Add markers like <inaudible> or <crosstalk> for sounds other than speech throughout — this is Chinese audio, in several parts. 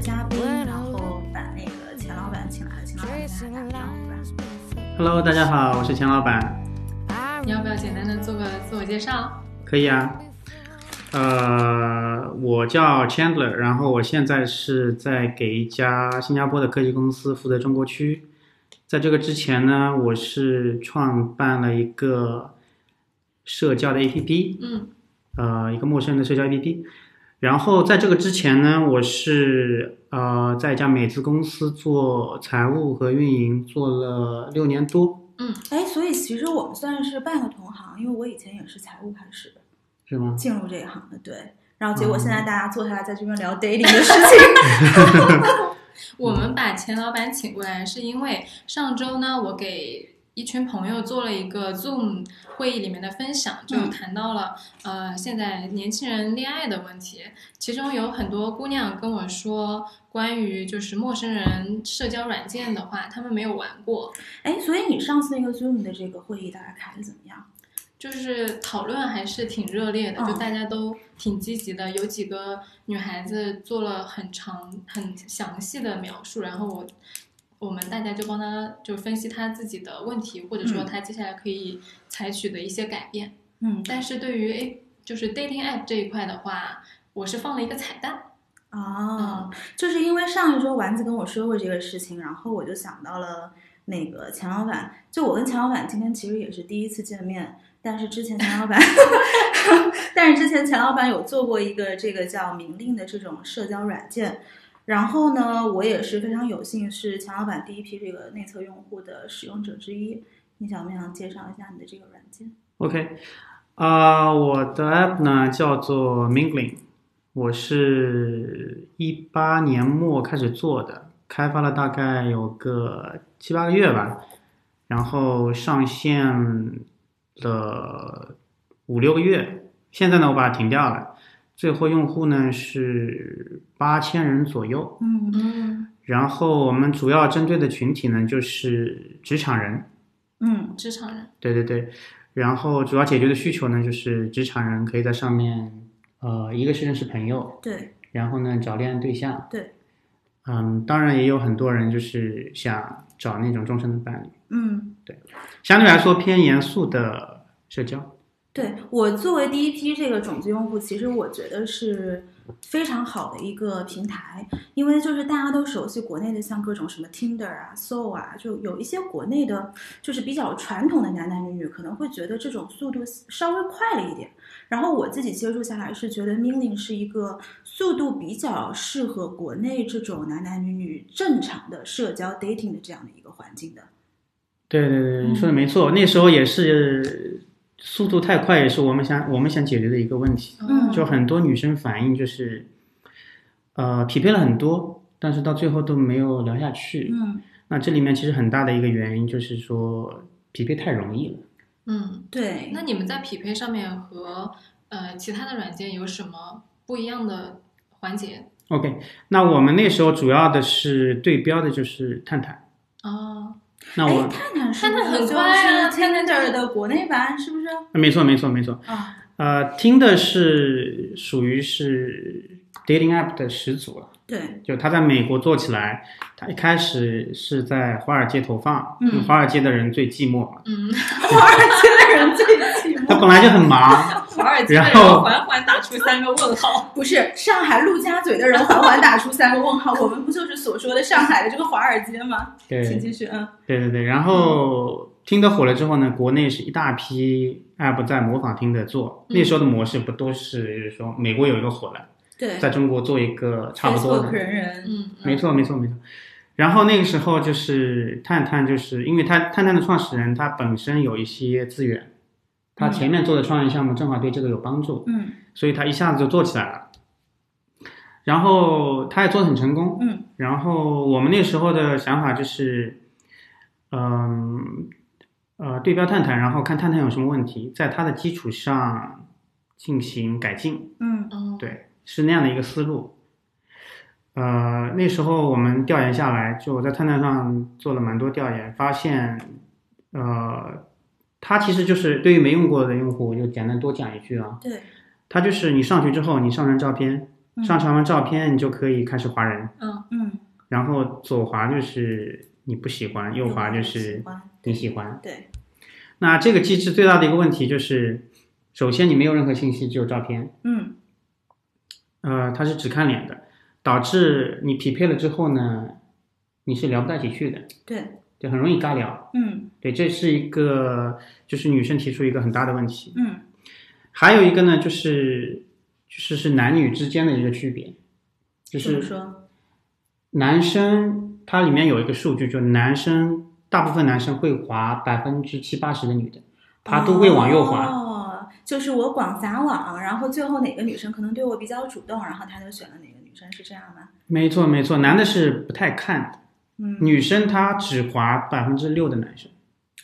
嘉宾，然后把那个钱老板请来了，钱老板跟大家打个招呼吧。 Hello，大家好，我是钱老板。你要不要简单的做个自我介绍？可以啊，呃，我叫 Chandler，然后我现在是在给一家新加坡的科技公司负责中国区。在这个之前呢，我是创办了一个社交的 APP，嗯呃，一个陌生人的社交 APP。然后在这个之前呢，我是呃在一家美资公司做财务和运营，做了六年多，哎，所以其实我们算是半个同行，因为我以前也是财务开始是吗？进入这一行的，对。然后结果现在大家坐下来在这边聊 dating 的事 <laughs> 情，我们把钱老板请过来，是因为上周呢，我给一群朋友做了一个 Zoom 会议里面的分享，就谈到了、呃现在年轻人恋爱的问题，其中有很多姑娘跟我说，关于就是陌生人社交软件的话，她们没有玩过，哎，所以你上次那个 Zoom 的这个会议大家开的怎么样？就是讨论还是挺热烈的，嗯就大家都挺积极的。有几个女孩子做了很长、很详细的描述，然后我我们大家就帮她就分析她自己的问题，或者说嗯她接下来可以采取的一些改变。嗯但是对于诶就是 dating app 这一块的话，我是放了一个彩蛋。哦，就是因为上一周丸子跟我说过这个事情，然后我就想到了那个钱老板。就我跟钱老板今天其实也是第一次见面，但是之前钱老板， <laughs> 但是之前钱老板有做过一个这个叫明令的这种社交软件。然后呢，我也是非常有幸是钱老板第一批这个内测用户的使用者之一。你想不想介绍一下你的这个软件？ OK，啊、我的 app 呢叫做 Mingling，我是一八年末开始做的，开发了大概有个七八个月吧，然后上线了五六个月，现在呢我把它停掉了，最后用户呢是八千人左右，嗯嗯，然后我们主要针对的群体呢就是职场人，嗯职场人，对对对，然后主要解决的需求呢，就是职场人可以在上面，呃，一个是认识朋友，对然后呢找恋爱对象，对，嗯，当然也有很多人就是想找那种终身的伴侣，嗯。相对来说偏严肃的社交。对我作为第一批这个种子用户，其实我觉得是非常好的一个平台，因为就是大家都熟悉国内的，像各种什么 Tinder 啊、Soul 啊，就有一些国内的，就是比较传统的男男女女可能会觉得这种速度稍微快了一点。然后我自己接触下来是觉得 Mingling 是一个速度比较适合国内这种男男女女正常的社交 dating 的这样的一个环境的。对对对，嗯你说的没错，那时候也是速度太快，也是我们想我们想解决的一个问题，哦嗯就很多女生反映就是，呃，匹配了很多，但是到最后都没有聊下去，嗯，那这里面其实很大的一个原因就是说匹配太容易了。嗯。对，那你们在匹配上面和呃其他的软件有什么不一样的环节 OK，那我们那时候主要的是对标的就是探探。啊？那哎，我、探探是探探不是很就乖啊是探探就 Tinder 是的国内版，是不是？没错没错没错，啊，呃，听的是属于是 dating app 的始祖了，对， <laughs> 就它在美国做起来，它一开始是在华尔街投放，嗯因为华尔街的人最寂寞嘛，嗯，华尔街的人最寂他寞。本来就很 <laughs> 忙，华尔街的然后人缓缓打出三个问号。不是上海陆家嘴的人缓缓打出三个问 <laughs> 号，我们不就是所说的上海的这个华尔街吗？ <laughs> 对请对继续，嗯对对，然后听的火了之后呢，国内是一大批 app 在模仿听的做，嗯那时候的模式不都是说美国有一个火了，对在中国做一个差不多的 Facebook 人人，嗯，没错，没错，没错。然后那个时候就是探探，就是因为他探探的创始人他本身有一些资源，他前面做的创业项目正好对这个有帮助，嗯所以他一下子就做起来了。然后他也做得很成功。嗯然后我们那时候的想法就是，嗯呃，对标探探，然后看探探有什么问题，在它的基础上进行改进。嗯嗯，对，是那样的一个思路。呃，那时候我们调研下来，就我在探探上做了蛮多调研，发现，呃，它其实就是对于没用过的用户，我就简单多讲一句啊，对，它就是你上去之后，你上传照片，上传完照片，你就可以开始划人，嗯，嗯，然后左滑就是你不喜欢，右滑就喜是欢你喜欢。对，那这个机制最大的一个问题就是，首先你没有任何信息，只有照片，嗯呃，它是只看脸的，导致你匹配了之后呢，你是聊不到一起去的，对，就很容易尬聊。嗯对，这是一个就是女生提出一个很大的问题。嗯还有一个呢，就是就是是男女之间的一个区别，就怎么是说？男生它里面有一个数据，就男生大部分男生会滑百分之七八十的女的，他都会往右滑。哦，就是我广撒网，然后最后哪个女生可能对我比较主动，然后他就选了哪个女生，是这样吗？没错没错，男的是不太看的，嗯，女生她只滑百分之六的男生。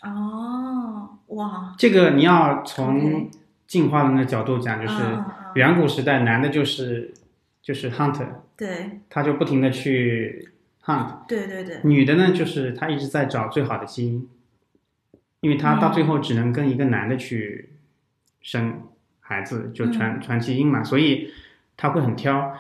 哦，哇，这个你要 OK 从进化论的角度讲，就是嗯嗯嗯远古时代男的就是就是 hunter，对他就不停的去 hunt。对对对，女的呢，就是她一直在找最好的基因，因为她到最后只能跟一个男的去生孩子，就嗯传传基因嘛，所以她会很挑。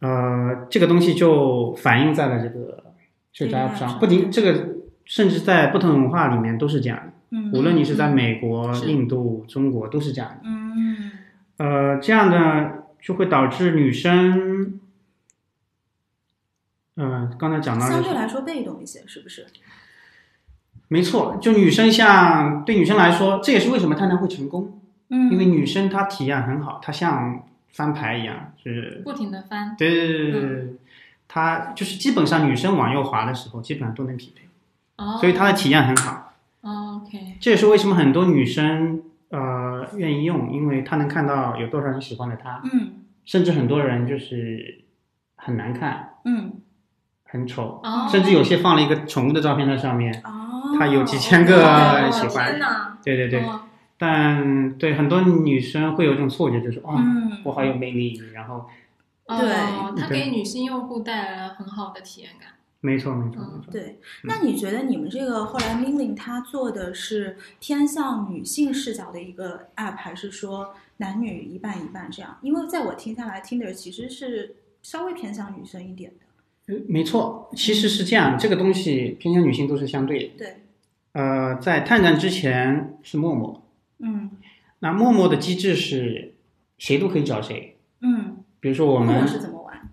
呃，这个东西就反映在了这个社交 app 上，不仅这个，甚至在不同文化里面都是这样的。嗯无论你是在美国、是印度、中国，都是这样的。嗯呃，这样呢，就会导致女生，嗯，刚才讲到相就是对来说被动一些，是不是？没错，就女生像对女生来说，这也是为什么探探会成功，嗯，因为女生她体验很好，她像翻牌一样，就是不停的翻，对对对对对对，嗯她就是基本上女生往右滑的时候，基本上都能匹配，哦，所以她的体验很好。哦，OK，这也是为什么很多女生呃愿意用，因为她能看到有多少人喜欢了她，嗯甚至很多人就是很难看、嗯很丑，哦，甚至有些放了一个宠物的照片在上面。哦，它有几千个哦喜欢天哪，对对对，哦但对很多女生会有一种错觉，就是哇、哦嗯，我好有魅力。然后，哦对它对给女性用户带来了很好的体验感。没错没错嗯没错，对，那你觉得你们这个后来 Mingling 它做的是偏向女性视角的一个 app，还是说男女一半一半这样？因为在我听下来，Tinder 其实是稍微偏向女生一点的。呃没错，其实是这样，这个东西偏向女性都是相对的。对，呃，在探探之前是陌陌，嗯那陌陌的机制是谁都可以找谁，嗯，比如说我那们我是怎么玩？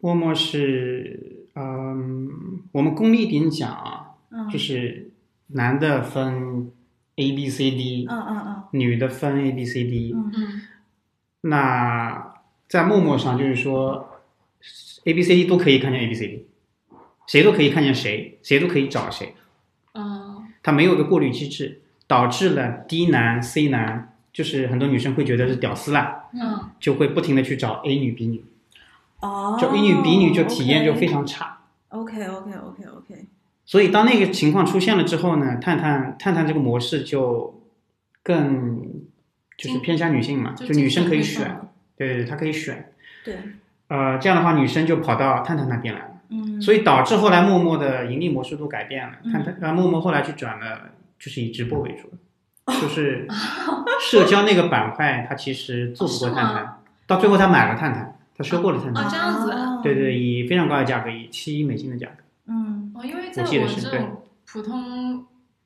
陌陌是，嗯，我们功利一点讲啊，嗯，就是男的分 A B C D，、嗯嗯女的分 A B C D，、嗯嗯嗯那在陌陌上就是说，A B C D 都可以看见 A B C D，谁都可以看见谁，谁都可以找谁，嗯，它没有一个过滤机制，导致了 D 男 C 男，就是很多女生会觉得是屌丝啦，嗯，嗯就会不停的去找 A 女 B 女，哦，就 A 女 B 女就体验就非常差。 OK OK OK OK，所以当那个情况出现了之后呢，探探探探这个模式就更就是偏向女性嘛，就女生可以选，，对对对，她可以选。对，呃，这样的话，女生就跑到探探那边来了。嗯，所以以导致后来陌陌的盈利模式都改变了，嗯看它呃陌陌后来去转了，就是以直播为 <laughs> 主，就是社交那个板块，它其实做不过哦是探吗探，到最后他买了探探，他收购了探啊探，这样子哦对对，，以非常高的价格，以七亿美金的价格，嗯哦，因为在我记得我是这对种普通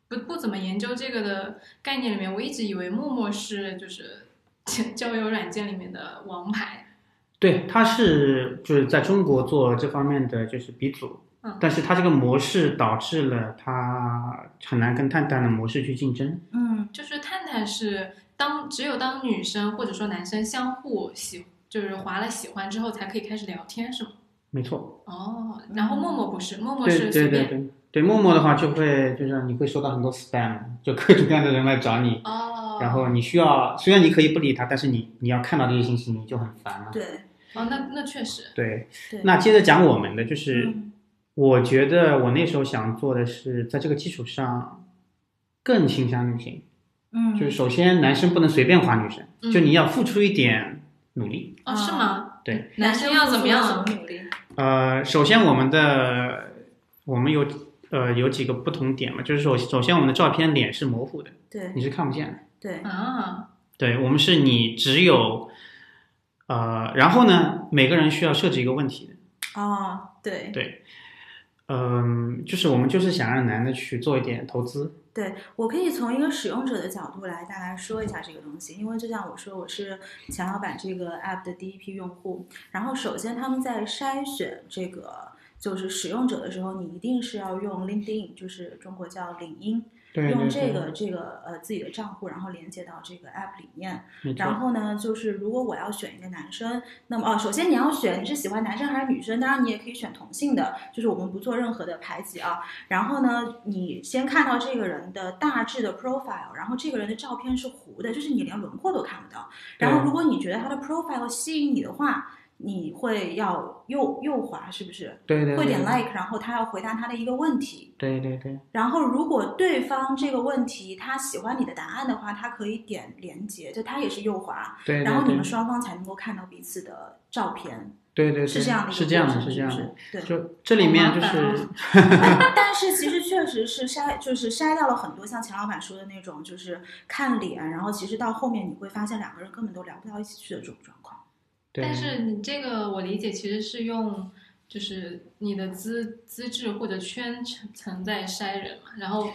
不不怎么研究这个的概念里面，我一直以为陌陌是就是 <laughs> 交友软件里面的王牌。对，它是就是在中国做这方面的就是鼻祖嗯。但是它这个模式导致了它很难跟探探的模式去竞争，嗯就是探探是当只有当女生或者说男生相互喜，就是划了喜欢之后才可以开始聊天，是吗？没错。哦，然后陌陌不是，陌陌嗯对是对随对便。对对，陌陌的话就会就是你会收到很多 spam，就各种各样的人来找你，哦，然后你需要虽然你可以不理他，但是你你要看到这些信息你就很烦了。对哦，那那确实，对对，那接着讲我们的，就是嗯我觉得我那时候想做的是在这个基础上更倾向女性，嗯就是首先男生不能随便划女生，嗯就你要付出一点努力。哦，是吗？对，男生要怎么样怎啊么？努力？嗯呃，首先我们的我们有呃有几个不同点嘛，就是首首先我们的照片脸是模糊的，对你是看不见的。对，啊，对我们是你只有呃，然后呢，每个人需要设置一个问题，哦，对对，嗯、就是我们就是想让男的去做一点投资，对，我可以从一个使用者的角度来大概说一下这个东西，因为就像我说，我是钱老板这个 app 的第一批用户。然后首先他们在筛选这个就是使用者的时候，你一定是要用 LinkedIn，就是中国叫领英，对用对这对，个这个呃自己的账户，然后连接到这个 app 里面。没错然后呢，就是如果我要选一个男生，那么哦，首先你要选你是喜欢男生还是女生，当然你也可以选同性的，就是我们不做任何的排挤啊。然后呢，你先看到这个人的大致的 profile，然后这个人的照片是糊的，就是你连轮廓都看不到。然后对如果你觉得他的 profile 吸引你的话，你会要右右滑，是不是？对对对，会点 like，然后他要回答他的一个问题。对对对，然后，如果对方这个问题他喜欢你的答案的话，他可以点连接，就他也是右滑，对对对，然后你们双方才能够看到彼此的照片，对对对是这样的一个是这样过的，程是这样是的，不是对。就这里面就好麻烦啊是但但是其实确实是筛，就是筛掉了很多像钱老板说的那种，就是看脸，然后其实到后面你会发现两个人根本都聊不到一起去的这种状况。对但是你这个我理解其实是用，就是你的资资质或者圈层层在筛人嘛。然后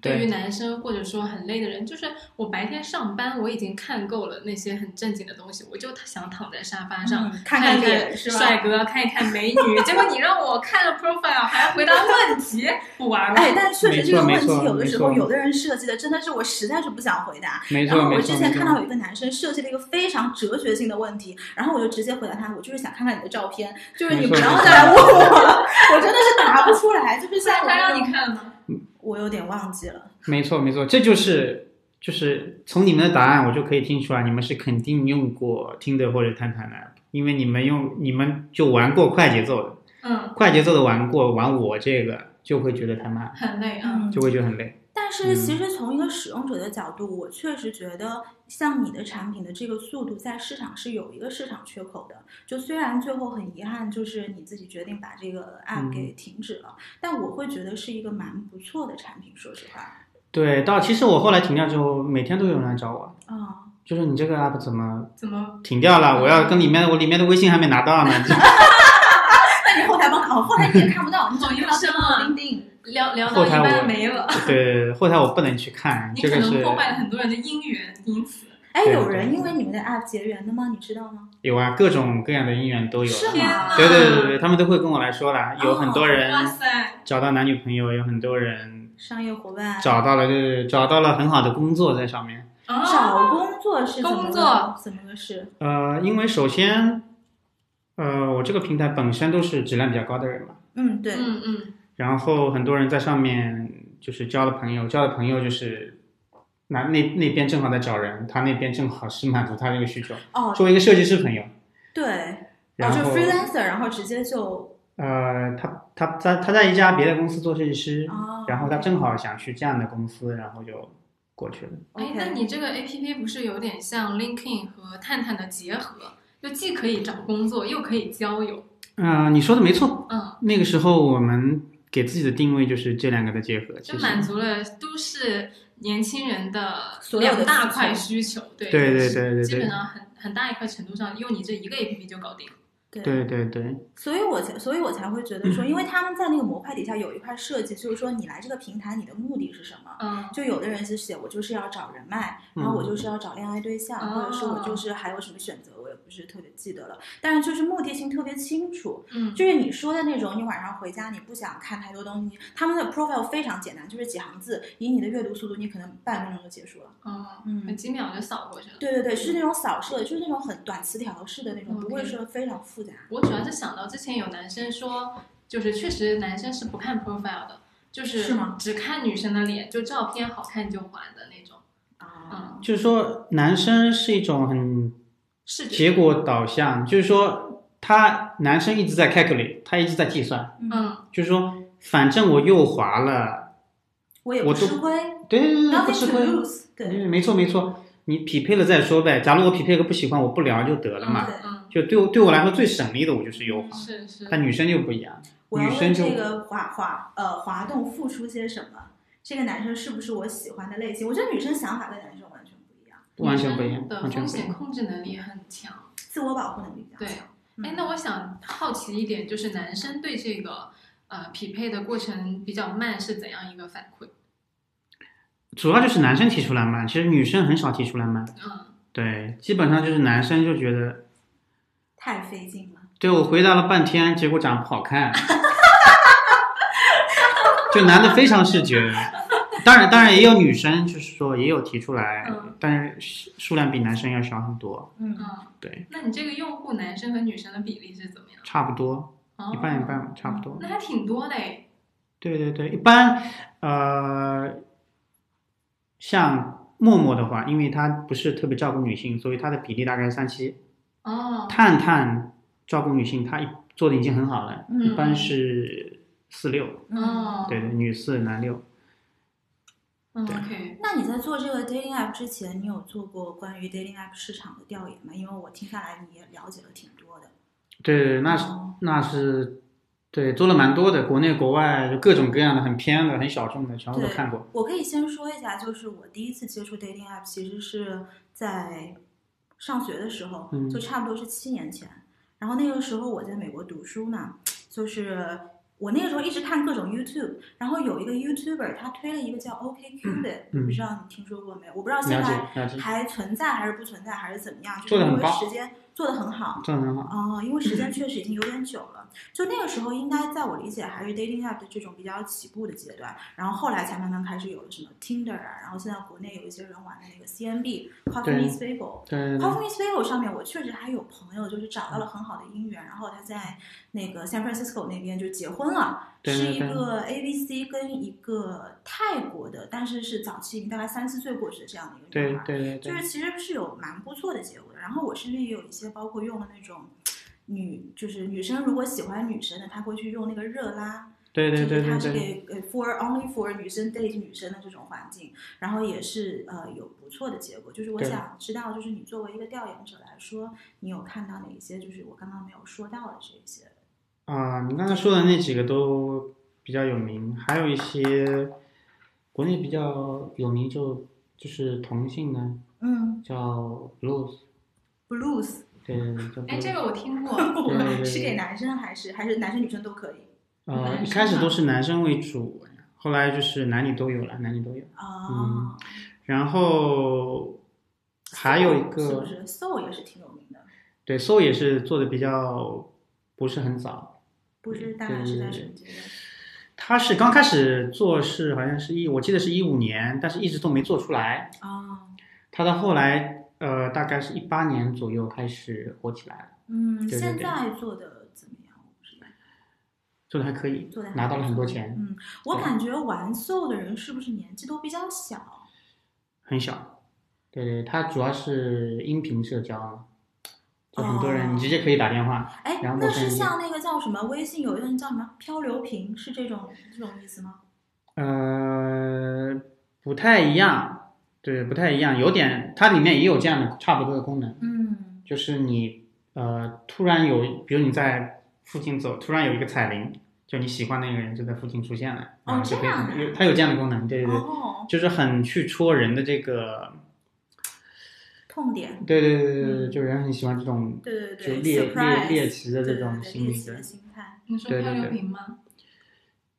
对于对男生或者说很累的人，就是我白天上班我已经看够了那些很正经的东西，我就想躺在沙发上、嗯看看看一脸是吧帅哥，看一看美女。结果你让我看了 profile 还要回答问 <laughs> 题，不玩了。哎，但确实这个啊没问错题没错有的时候，没错有的人设计的真的是我实在是不想回答，没然错后我没之错前没看到错，有一个男生设计了一个非常哲学性的问题，然后我就直接回答他，我就是想看看你的照片，就是你没不错要没错再来问我了，我真的是答不出来，就是像他让我，你看吗？我有点忘记了，没错没错，这就是就是从你们的答案我就可以听出来，你们是肯定用过 Tinder 或者探探的 app，因为你们用你们就玩过快节奏的，嗯，快节奏的玩过，玩我这个就会觉得太慢，很累啊。嗯就嗯会觉得很累。但是其实从一个使用者的角度，我确实觉得像你的产品的这个速度在市场是有一个市场缺口的。就虽然最后很遗憾，就是你自己决定把这个 app 嗯给停止了，但我会觉得是一个蛮不错的产品，说实话。对，到其实我后来停掉之后，每天都有人来找我，啊、就是你这个 app 怎么怎么？停嗯掉了？我要跟里面我里面的微信还没拿到呢。 <laughs> 那你后台帮哦，后台你也看不到，你只能看到对方的好阴 LinkedIn。聊聊到后一台半我没了，对，后台我不能去看，你这可个能是破坏了很多人的姻缘，因此。哎，对有对人对因为你们的 app 结缘的吗？你知道吗？有啊，各种各样的姻缘都有啊。是天吗呐！对对对对，他们都会跟我来说啦，有很多哦哇人塞，找到男女朋友，有很多人商业伙伴找到了，对对对，找到了很好的工作在上面。啊找工作是怎么工个作怎么个事？呃，因为首先，呃，我这个平台本身都是质量比较高的人嘛，嗯，对，嗯嗯，然后很多人在上面就是交了朋友，交了朋友就是那那那边正好在找人，他那边正好是满足他这个需求。哦，作为一个设计师朋友，对，然哦，就后 freelancer，然后直接就呃，他他他他在一家别的公司做设计师，哦，然后他正好想去这样的公司，然后就过去了。哎 OK，那你这个 A P P 不是有点像 LinkedIn 和探探的结合，就既可以找工作，又可以交友。嗯、你说的没错，嗯，那个时候我们给自己的定位就是这两个的结合，其就实满足了都市年轻人的所有的两大需求块需求。对对对对对对基对本上很很大一块程度上，用你这一个 A P P 就搞定了。对对嗯对对所以我才，所以我才会觉得说，因为他们在那个模块底下有一块设计，就是说你来这个平台，你的目的是什么？嗯，就有的人是写我就是要找人脉，嗯然后我就是要找恋爱对象，哦或者是我就是还有什么选择，我也不是特别记得了。但是就是目的性特别清楚，嗯，就是你说的那种，你晚上回家你不想看太多东西，他们的 profile 非常简单，就是几行字，以你的阅读速度，你可能半分钟就结束了。哦，嗯很几秒就扫过去了。嗯对对对，是那种扫射，就是那种很短词条式的那种， OK 不会说非常复杂。我主要是想到之前有男生说，就是确实男生是不看 profile 的，就是是吗只看女生的脸，就照片好看就还的那种。啊，就是说男生是一种很是的结果导向，就是说他男生一直在 calculate，他一直在计算，嗯，就是说反正我右滑了，我也我不都吃亏对对对对，不，nothing 吃 to 亏。 lose。对，嗯，没错没错，你匹配了再说呗。假如我匹配个不喜欢，我不聊就得了嘛。对嗯，就对我对我来说最省力的，我就是优嗯化。是是，但女生就不一样，我要女为生这就个滑滑呃滑动付出些什么？这个男生是不是我喜欢的类型？我觉得女生想法跟男生完全不一样，完全不一样，的完全风不一险样。控制能力很强。自我保护能力比较对强。嗯哎，那我想好奇一点，就是男生对这个呃匹配的过程比较慢是怎样一个反馈？主要就是男生提出来慢，其实女生很少提出来慢。嗯，对，基本上就是男生就觉得，太费劲了。对我回答了半天，结果长得不好看，就男的非常视觉。当然，当然也有女生，就是说也有提出来，嗯但是数量比男生要少很多，嗯，嗯，对，那你这个用户男生和女生的比例是怎么样？差不多，哦一半一半，差不多。那还挺多的诶对对对，一般呃，像陌陌的话，因为它不是特别照顾女性，所以它的比例大概是三七。哦，探探照顾女性，它一做的已经很好了，嗯一般是四六，嗯，哦，对对，女四男六。嗯对，OK，那你在做这个 dating app 之前，你有做过关于 dating app 市场的调研吗？因为我听下来你也了解了挺多的。对对，那是哦那是对做了蛮多的，国内国外就各种各样的，很偏的、很小众的，全部都对，看过。我可以先说一下，就是我第一次接触 dating app，其实是在上学的时候，嗯就差不多是七年前。然后那个时候我在美国读书呢，就是我那个时候一直看各种 YouTube，然后有一个 YouTuber 他推了一个叫 OKCupid，、嗯不知道你听说过没有？我不知道现了解在了解，还存在还是不存在还是怎么样，就做是得很因为棒时间做的很好。做的很好。哦，因为时嗯间确实已经有点久了，就那个时候应该在我理解还是 dating app 的这种比较起步的阶段，然后后来才慢慢开始有了什么 Tinder 啊，然后现在国内有一些人玩的那个 CMB、Coffee 对 Meets Bagel。对对对 Coffee Meets Bagel 上面，我确实还有朋友就是找到了很好的姻缘，然后他在那个 San Francisco 那边就结婚了，对是对一对个 ABC 跟一个泰国的，但是是早期大概三四岁过去的这样的一个女对孩。对对就对是其实是有蛮不错的结果的。然后我身边也有一些，包括用了那种女，就是女生如果喜欢女生的，她会去用那个热拉，对对对就是它对是对。给呃 for only for 女生 date 女生的这种环境，然后也是呃有不错的结果。就是我对想知道，就是你作为一个调研者来说，你有看到哪一些就是我刚刚没有说到的这一些？啊、你刚才说的那几个都比较有名，还有一些国内比较有名就就是同性的，嗯叫 Blues， <laughs> ，blues，对，叫 Blues。哎，这个我听 <laughs> 过，对对对是给男生还是还是男生女生都可以？呃，一开始都是男生为主，后来就是男女都有了，男女都有。哦，然后嗯还有一 Soul 是个不是 soul 也是挺有名的？对 Soul 也是做的比较不是很早，不知嗯大概是在什么阶段？他是刚开始做是好像是一，我记得是一五年，但是一直都没做出来。哦，他到后来，呃，大概是一八年左右开始火起来了，嗯，对对现对在做的怎么样？我不知道。做的还可以做的，拿到了很多钱，嗯，我对感觉玩 soul 的人是不是年纪都比较小？很小。对对，他主要是音频社交，就很多哦人你直接可以打电话。哎，然后那我是感觉像那个叫什么微信有一个人叫什么漂流瓶，是这种这种意思吗？呃，不太一样，对，不太一样，有点，它里面也有这样的差不多的功能，嗯，就是你呃，突然有，比如你在附近走，突然有一个彩铃，就你喜欢那个人就在附近出现了，然后就可以这样，啊有它有这样的功能，对对对。哦，就是很去戳人的这个，痛点，对对对对对，嗯就人很喜欢这种对对就对猎猎，surprise 猎奇的这对种对对心猎理奇的的。心态。你说对漂对流对瓶吗？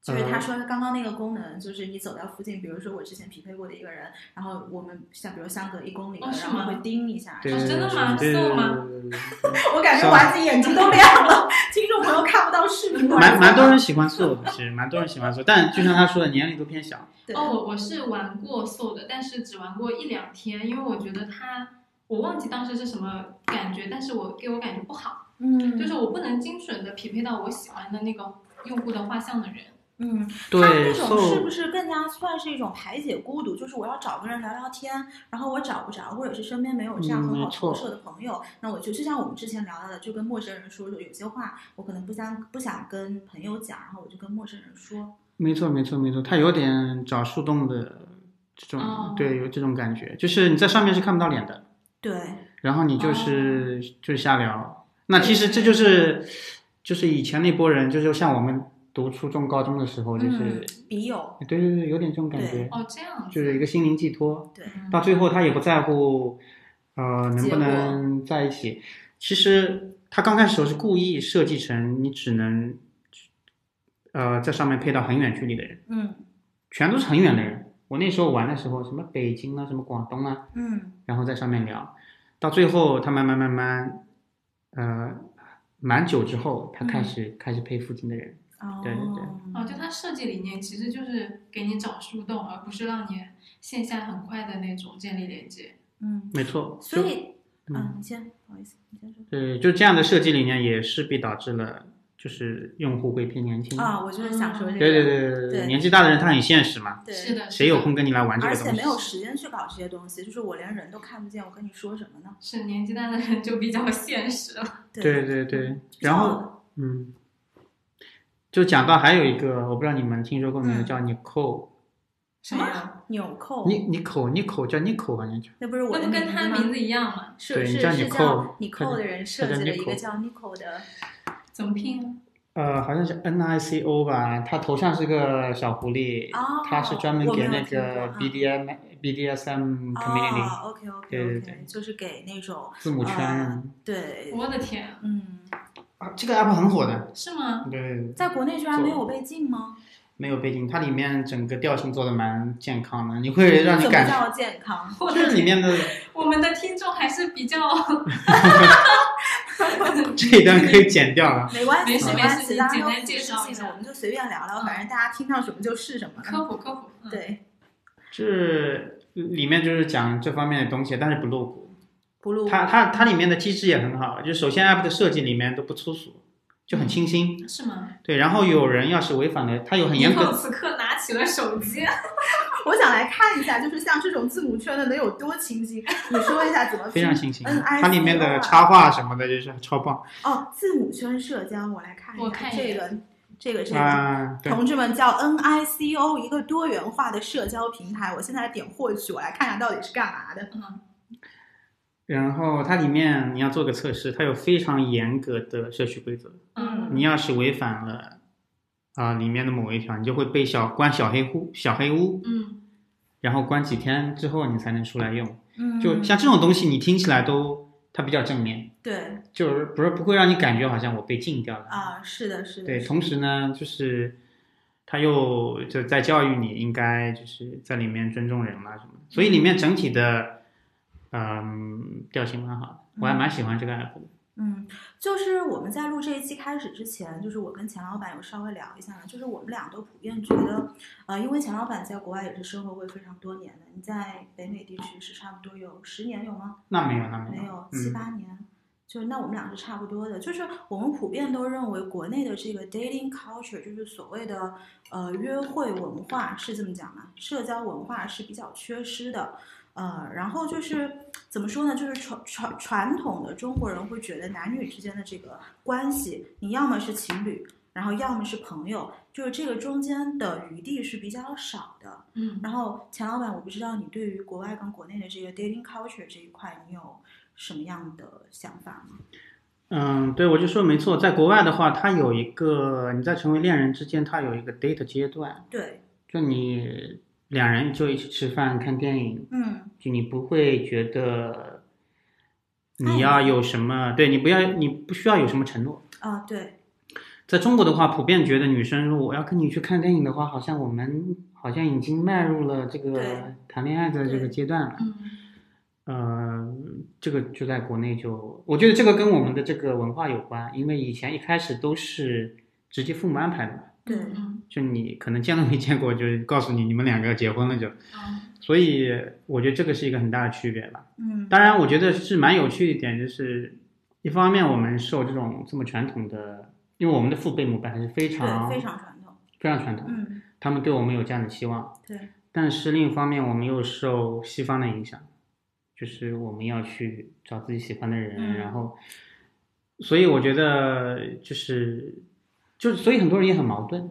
就是他呃说刚刚那个功能，就是你走到附近，比如说我之前匹配过的一个人，然后我们像比如相隔一公里了，哦是然后吗会叮一下，对哦对真对的吗对对送对吗对对对我感觉是丸子眼睛都亮了，听众朋友看不到视频。蛮蛮多人喜欢做的，其实蛮多人喜欢做，但就像他说的，年龄都偏小。对哦，我我是玩过 Soul 的，但是只玩过一两天，因为我觉得它，我忘记当时是什么感觉，但是我给我感觉不好，嗯，就是我不能精准的匹配到我喜欢的那个用户的画像的人。嗯，他对那种是不，so 是更加算是一种排解孤独？就是我要找个人聊聊天，然后我找不着，或者是身边没有这样嗯很好没错投射的朋友，那我就就像我们之前聊到的，就跟陌生人说说，有些话我可能不想不想跟朋友讲，然后我就跟陌生人说。没错没错没错，他有点找树洞的这哦种，对，有这种感觉，就是你在上面是看不到脸的，对，然后你哦就是就是瞎聊。那其实这就是就是以前那波人，就是像我们读初中、高中的时候，就是嗯，笔友，对对对，有点这种感对觉，哦，这样就子。是一个心灵寄托。对，嗯到最后，他也不在乎，呃，能结不果能在一起。其实它刚开始时候是故意设计成你只能，呃，在上面配到很远距离的人，嗯全都是很远的人。我那时候玩的时候，什么北京啊，什么广东啊，嗯然后在上面聊，到最后他慢慢慢慢，呃，蛮久之后，他开嗯始、开始配附近的人。哦，对对对哦，就它设计理念其实就是给你找树洞，而不是让你线下很快的那种建立连接。嗯，没错，所就以啊嗯，，你先，不好意思，你先说对，就这样的设计理念也势必导致了，就是用户会偏年轻。啊，我就是想说这个，嗯对对对对对年纪大的人他很现实嘛，对是的，谁有空跟你来玩这个而东西？且没有时间去搞这些东西，就是我连人都看不见，我跟你说什么呢？是年纪大的人就比较现实了。对对对，然后后嗯，就讲到还有一个，我不知道你们听说过没有，嗯叫 Nicole，什么？纽扣，你 Nicole Nicole 叫 Nicole 好像叫，那不是我啊那的不跟他名字吗字一样吗？是对是你是叫叫 Nicole， Nicole 的人设他叫计了一个 Nicole 叫 Nicole 的，怎么拼啊？呃，好像是 N I C O 吧，他头像是个小狐狸，哦他是专门我没给有那听过个嗯 B D M B D S M community、哦，OK OK 对对 OK，对就是给那种字母圈、呃对，我的天，嗯，啊，这个 app 很火的，是吗？对，在国内居然没有被禁吗？没有背景，它里面整个调性做的蛮健康的，你会让嗯你怎么感觉。叫健康？哦就是里面的我们的听众还是比较 <laughs> 这一段可以剪掉啊了。没关系，没事没关没系，事大家你都简单是介知绍一性下的，我们就随便聊聊，嗯反正大家听到什么就是什么。 <laughs> 科普科普。嗯，对，是里面就是讲这方面的东西，但是不露骨。不录它它它里面的机制也很好，就首先 app 的设计里面都不粗俗，就很清新。是吗？对，然后有人要是违反了，它有很严后格。此刻拿起了手机，我想来看一下，就是像这种字母圈的能有多清晰？你说一下怎么 <laughs> 非常清新，嗯它里面的插画什么的，就是超棒哦，字母圈社交，我来看一下，我看一这眼个，这个，这个。啊！对，同志们叫 NICO，一个多元化的社交平台。我现在点获取，我来看看到底是干嘛的。然后它里面你要做个测试，它有非常严格的社区规则，嗯你要是违反了啊、里面的某一条，你就会被小关小黑屋小黑屋，嗯，然后关几天之后你才能出来用。嗯就像这种东西，你听起来都它比较正面，对就是不是不会让你感觉好像我被禁掉了。啊，是的，是的，对，是的同时呢，就是他又就在教育你应该就是在里面尊重人啦什么的，所以里面整体的嗯调性蛮好的，我还蛮喜欢这个 app 的。嗯，就是我们在录这一期开始之前，就是我跟钱老板有稍微聊一下，就是我们俩都普遍觉得，呃，因为钱老板在国外也是生活过非常多年的，你在北美地区是差不多有十年有吗？那没有，那没没有有，七嗯，八年，就是那我们俩是差不多的。就是我们普遍都认为国内的这个 dating culture，就是所谓的呃约会文化，是这么讲吗？社交文化是比较缺失的。呃，然后就是怎么说呢？就是传传传统的中国人会觉得男女之间的这个关系，你要么是情侣，然后要么是朋友，就是这个中间的余地是比较少的。嗯，然后钱老板，我不知道你对于国外跟国内的这个 dating culture 这一块，你有什么样的想法吗？嗯，对，我就说没错，在国外的话，它有一个你在成为恋人之间，它有一个 date 阶段，对，就你两人就一起吃饭、看电影，嗯，就你不会觉得哎你要有什么，对你不要，你不需要有什么承诺。啊，对，在中国的话，普遍觉得女生如果我要跟你去看电影的话，好像我们好像已经迈入了这对个谈恋爱的这个阶段了。嗯，呃，这个就在国内就，我觉得这个跟我们的这个文化有关，因为以前一开始都是直接父母安排的嘛，对，嗯，就你可能见都没见过，就告诉你你们两个结婚了就，嗯，所以我觉得这个是一个很大的区别吧。嗯，当然，我觉得是蛮有趣一点，就是一方面我们受这种这么传统的，因为我们的父辈母辈还是啊非常对，非常传统，非常传统，嗯，他们对我们有这样的期望。对，但是另一方面，我们又受西方的影响，就是我们要去找自己喜欢的人，嗯然后，所以我觉得就是，就所以很多人也很矛盾。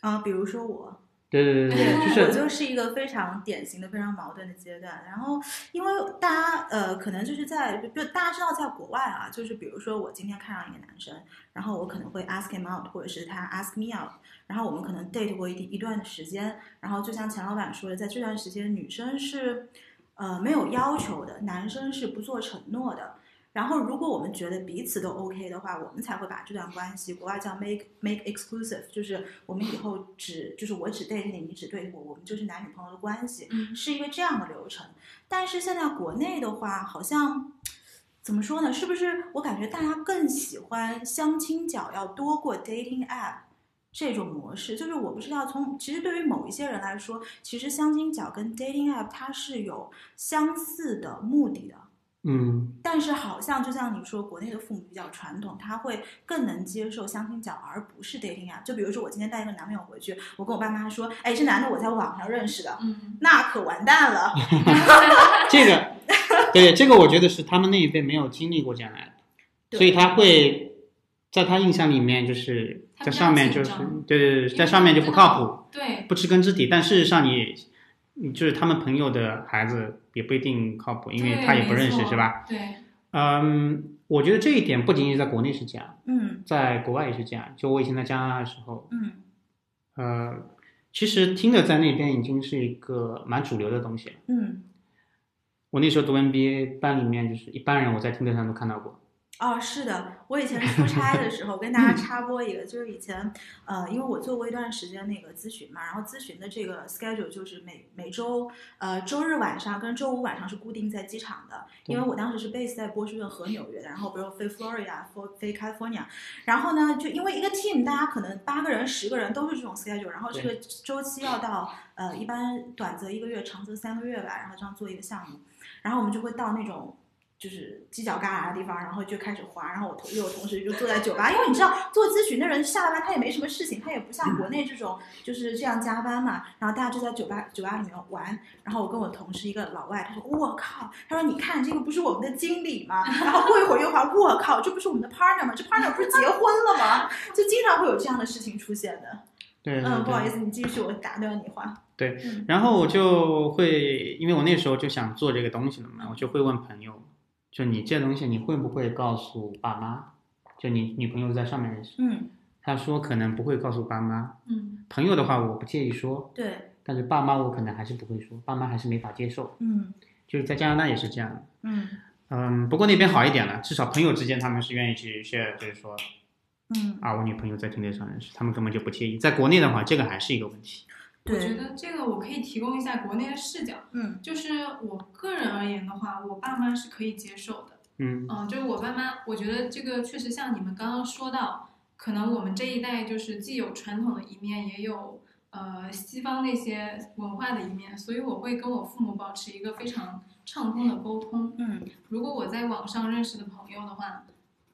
啊，比如说我，对对对对，我就是就是一个非常典型的、非常矛盾的阶段。然后，因为大家呃，可能就是在就大家知道，在国外啊，就是比如说我今天看上一个男生，然后我可能会 ask him out，或者是他 ask me out，然后我们可能 date 过一定一段时间。然后就像钱老板说的，在这段时间，女生是呃没有要求的，男生是不做承诺的。然后，如果我们觉得彼此都 OK 的话，我们才会把这段关系，国外叫 make make exclusive，就是我们以后只就是我只对你，你只对我，我们就是男女朋友的关系，嗯是一个这样的流程。但是现在国内的话，好像怎么说呢？是不是我感觉大家更喜欢相亲角要多过 dating app？这种模式，就是我不知道从其实对于某一些人来说，其实相亲角跟 dating app 它是有相似的目的的，嗯但是好像就像你说，国内的父母比较传统，他会更能接受相亲角，而不是 dating app。就比如说我今天带一个男朋友回去，我跟我爸妈说，哎，这男的我在网上认识的，嗯，那可完蛋了。这个对这个我觉得是他们那一辈没有经历过这样的 app，对所以他会在他印象里面就是他在比较上面就是紧张对对对，因为在上面就不靠谱。对，不知根知底，但事实上你，你就是他们朋友的孩子也不一定靠谱，因为对他也不认没识，错是吧？对，嗯，我觉得这一点不仅仅是在国内是这样，嗯在国外也是这样。就我以前在加拿大的时候，嗯呃，其实听的在那边已经是一个蛮主流的东西了。嗯，我那时候读 MBA 班里面，就是一般人我在听的上都看到过。哦，是的，我以前出差的时候，跟大家插播一个，就是以前呃，因为我做过一段时间那个咨询嘛，然后咨询的这个 schedule 就是每每周呃周日晚上跟周五晚上是固定在机场的，对因为我当时是 base 在波士顿和纽约的，然后比如飞 Florida 飞飞 California，然后呢，就因为一个 team 大家可能八个人十个人都是这种 schedule，然后这个周期要到呃一般短则一个月，长则三个月吧，然后这样做一个项目，然后我们就会到那种。就是犄角旮旯的地方，然后就开始滑。然后我同又有同事就坐在酒吧，因为你知道做咨询的人下了班他也没什么事情，他也不像国内这种就是这样加班嘛。然后大家就在酒吧酒吧里面玩，然后我跟我同事一个老外，他说我靠，他说你看这个不是我们的经理吗？然后过一会儿又话我靠，这不是我们的 partner 吗？这 partner 不是结婚了吗？就经常会有这样的事情出现的。对，嗯，不好意思。思，你继续，我打断你话。然后我就会，因为我那时候就想做这个东西了嘛，我就会问朋友，就你这东西你会不会告诉爸妈？就你女朋友在上面认识。嗯，他说可能不会告诉爸妈，嗯朋友的话我不介意说，对，但是爸妈我可能还是不会说，爸妈还是没法接受。嗯就是在加拿大也是这样的，嗯嗯，不过那边好一点了，至少朋友之间他们是愿意去 share，就是说嗯，啊，我女朋友在听队上认识，他们根本就不介意。在国内的话，这个还是一个问题。我觉对，得这个我可以提供一下国内的视角。嗯就是我个人而言的话，我爸妈是可以接受的。嗯嗯、就是我爸妈，我觉得这个确实像你们刚刚说到，可能我们这一代就是既有传统的一面，也有呃西方那些文化的一面，所以我会跟我父母保持一个非常畅通的沟通。嗯如果我在网上认识的朋友的话，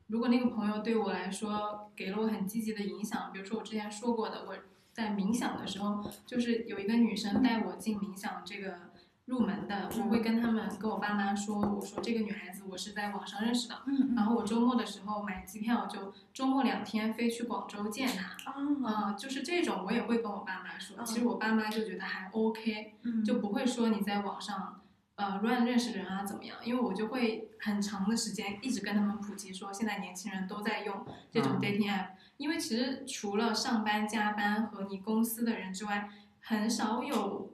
如果那个朋友对我来说给了我很积极的影响，比如说我之前说过的，我在冥想的时候，就是有一个女生带我进冥想这个入门的，我会跟他们跟我爸妈说，我说这个女孩子我是在网上认识的，嗯然嗯后我周末的时候买机票，就周末两天飞去广州见她。啊，啊、就是这种我也会跟我爸妈说，其实我爸妈就觉得还 OK，嗯就不会说你在网上呃乱认识人啊怎么样，因为我就会很长的时间一直跟他们普及说，现在年轻人都在用这种嗯 dating app，、因为其实除了上班加班和你公司的人之外，很少有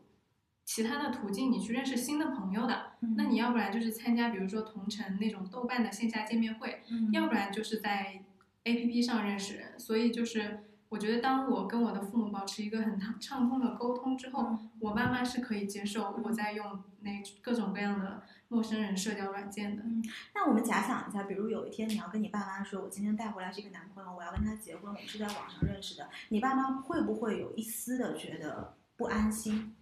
其他的途径你去认识新的朋友的。嗯那你要不然就是参加比如说同城那种豆瓣的线下见面会，嗯要不然就是在 A P P 上认识人。所以就是，我觉得当我跟我的父母保持一个很畅畅通的沟通之后，嗯我爸妈是可以接受我在用那各种各样的陌生人社交软件的。那我们假想一下，比如有一天你要跟你爸妈说，我今天带回来这个男朋友，我要跟他结婚，我们是在网上认识的，你爸妈会不会有一丝的觉得不安心？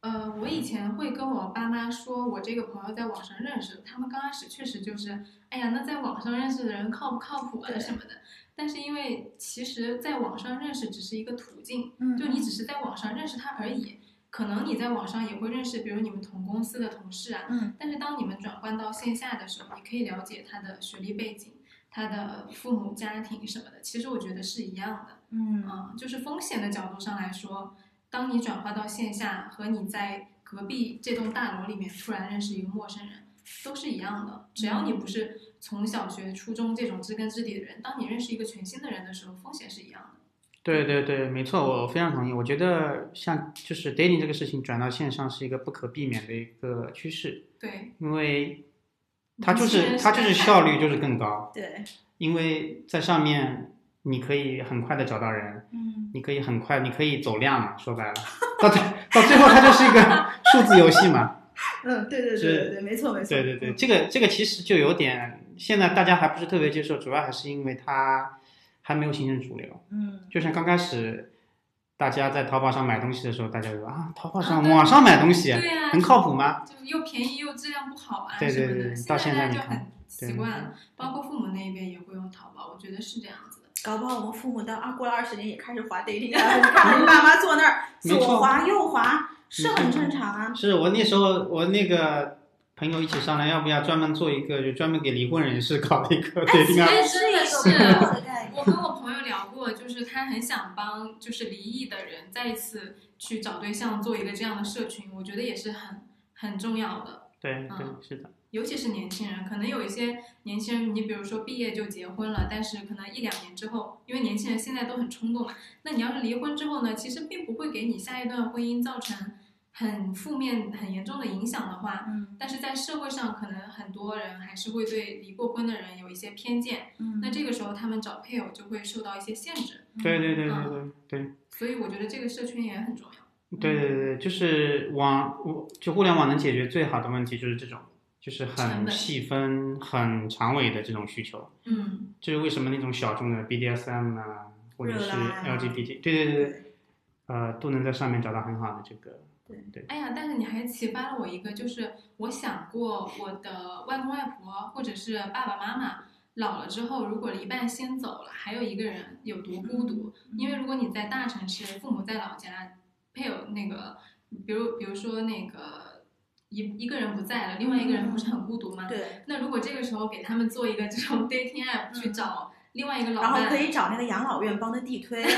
呃，我以前会跟我爸妈说，我这个朋友在网上认识的，他们刚开始确实就是，哎呀，那在网上认识的人靠不靠谱啊对什么的。但是因为其实，在网上认识只是一个途径，嗯就你只是在网上认识他而已。可能你在网上也会认识，比如你们同公司的同事啊，嗯但是当你们转换到线下的时候，你可以了解他的学历背景、他的父母家庭什么的。其实我觉得是一样的，嗯嗯，就是风险的角度上来说，当你转化到线下和你在隔壁这栋大楼里面突然认识一个陌生人，都是一样的。只要嗯你不是从小学、初中这种知根知底的人，当你认识一个全新的人的时候，风险是一样的。对对对，没错，我非常同意。我觉得像就是 dating 这个事情转到线上是一个不可避免的一个趋势，对，因为它就其实是是它就是在效率就是更高，对，因为在上面你可以很快的找到人，嗯，你可以很快，你可以走量嘛，说白了，到最到最后它就是一个数字游戏嘛。嗯，对对对对对，没错没错，对对对，嗯这个这个其实就有点，现在大家还不是特别接受，主要还是因为它还没有形成主流。嗯，就像刚开始大家在淘宝上买东西的时候，大家就说啊，淘宝上、啊对网上买东西对啊呀、能靠谱吗？就又便宜又质量不好啊对什对么对的，到现现在大在你家就看很习对惯了，包括父母那一辈也会用淘宝，我觉得是这样子的。搞不好我们父母到二过了二十年也开始滑 dating <laughs> app，你看人爸妈坐那儿 <laughs> 没错左滑右滑是很正常啊，是我那时候我那个朋友一起商量，要不要专门做一个，就专门给离婚人士搞一个对哎其另哎外实是一个是不错的概念，我跟我朋友聊过，就是他很想帮就是离异的人再一次去找对象，做一个这样的社群，我觉得也是很很重要的。对对嗯是的，尤其是年轻人，可能有一些年轻人，你比如说毕业就结婚了，但是可能一两年之后，因为年轻人现在都很冲动嘛，那你要是离婚之后呢，其实并不会给你下一段婚姻造成很负面、很严重的影响的话，嗯但是在社会上，可能很多人还是会对离过婚的人有一些偏见，嗯那这个时候他们找配偶就会受到一些限制，对对对对对嗯对所以我觉得这个社群也很重要。对对对，就是网就互联网能解决最好的问题就是这种，就是成很本细分、很长尾的这种需求。嗯，这是为什么那种小众的 BDSM 啊，或者热是拉呀 LGBT，对对对对，呃，都能在上面找到很好的这个哎呀，但是你还启发了我一个，就是我想过我的外公外婆或者是爸爸妈妈老了之后，如果一半先走了，还有一个人有多孤独？因为如果你在大城市，父母在老家，配偶那个，比如比如说那个一一个人不在了，另外一个人不是很孤独吗？对，那如果这个时候给他们做一个这种 dating app 去找另外一个老嗯然后伴，可以找那个养老院帮他地推， <laughs> 就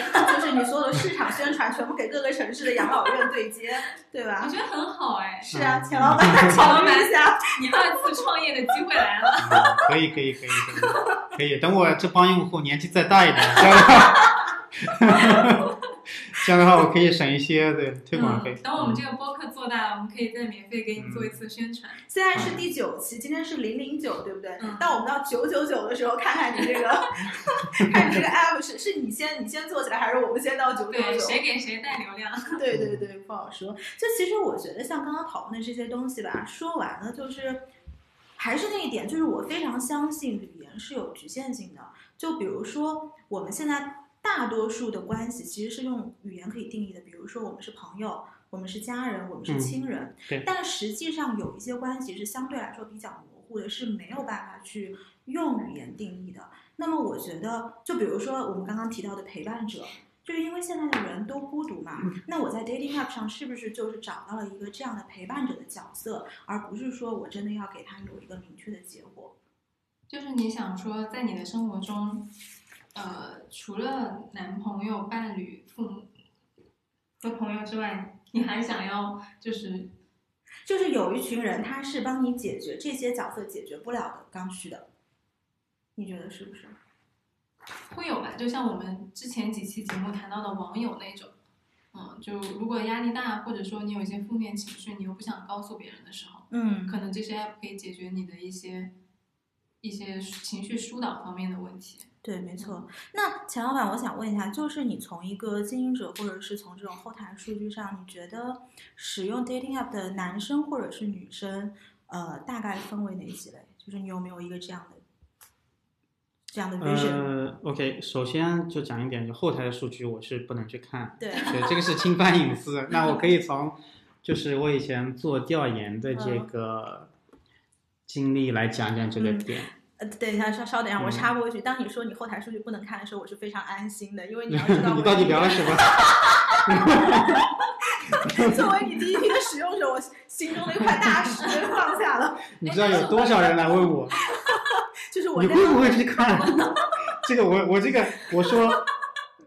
是你所有的市场宣传全部给各个城市的养老院对接，对我吧？觉得很好哎，是啊，嗯钱老板考虑一下，你二次创业的机会来了。嗯可以可以可以可以，可以。等我这帮用户年纪再大一点，这样的话，这样的话我可以省一些对推广费。嗯嗯。等我们这个播客做大了，我们可以再免费给你做一次宣传。现在是第九期，今天是零零九，对不对？嗯到我们到九九九的时候，看看你这个， <laughs> 看你这个 app 是是你先你先做起来，还是我们先到九九对，九？谁给谁带流量？对对对，不好说。就其实我觉得，像刚刚讨论的这些东西吧，说完了就是，还是那一点，就是我非常相信语言是有局限性的。就比如说，我们现在大多数的关系其实是用语言可以定义的，比如说我们是朋友，我们是家人，我们是嗯亲人。对但实际上有一些关系是相对来说比较模糊的，是没有办法去用语言定义的。那么我觉得，就比如说我们刚刚提到的陪伴者，就是因为现在的人都孤独嘛，嗯那我在 dating app 上是不是就是找到了一个这样的陪伴者的角色，而不是说我真的要给他有一个明确的结果？就是你想说，在你的生活中，呃，除了男朋友、伴侣、父母和朋友之外，你还想要就是就是有一群人，他是帮你解决这些角色解决不了的刚需的，你觉得是不是？会有吧？就像我们之前几期节目谈到的网友那种，嗯，就如果压力大，或者说你有一些负面情绪，你又不想告诉别人的时候。嗯可能这些 app 可以解决你的一些一些情绪疏导方面的问题。对，没错。那钱老板，我想问一下，就是你从一个经营者，或者是从这种后台数据上，你觉得使用 dating app 的男生或者是女生，呃，大概分为哪几类？就是你有没有一个这样的这样的 vision？、呃，OK，首先就讲一点，就后台的数据我是不能去看，对，对，这个是侵犯隐私。那我可以从就是我以前做调研的这个经历来讲讲这个嗯点。呃，等一下，稍稍等一下，我嗯插播一句，当你说你后台数据不能看的时候，我是非常安心的，因为你 <laughs> 要知道我你到底聊了什么？ <laughs> 作为你第一批的使用者，我心中的一块大石放下了，你知道有多少人来问我？就是哎我你在会不会去看？ <laughs> 这个我我这个我说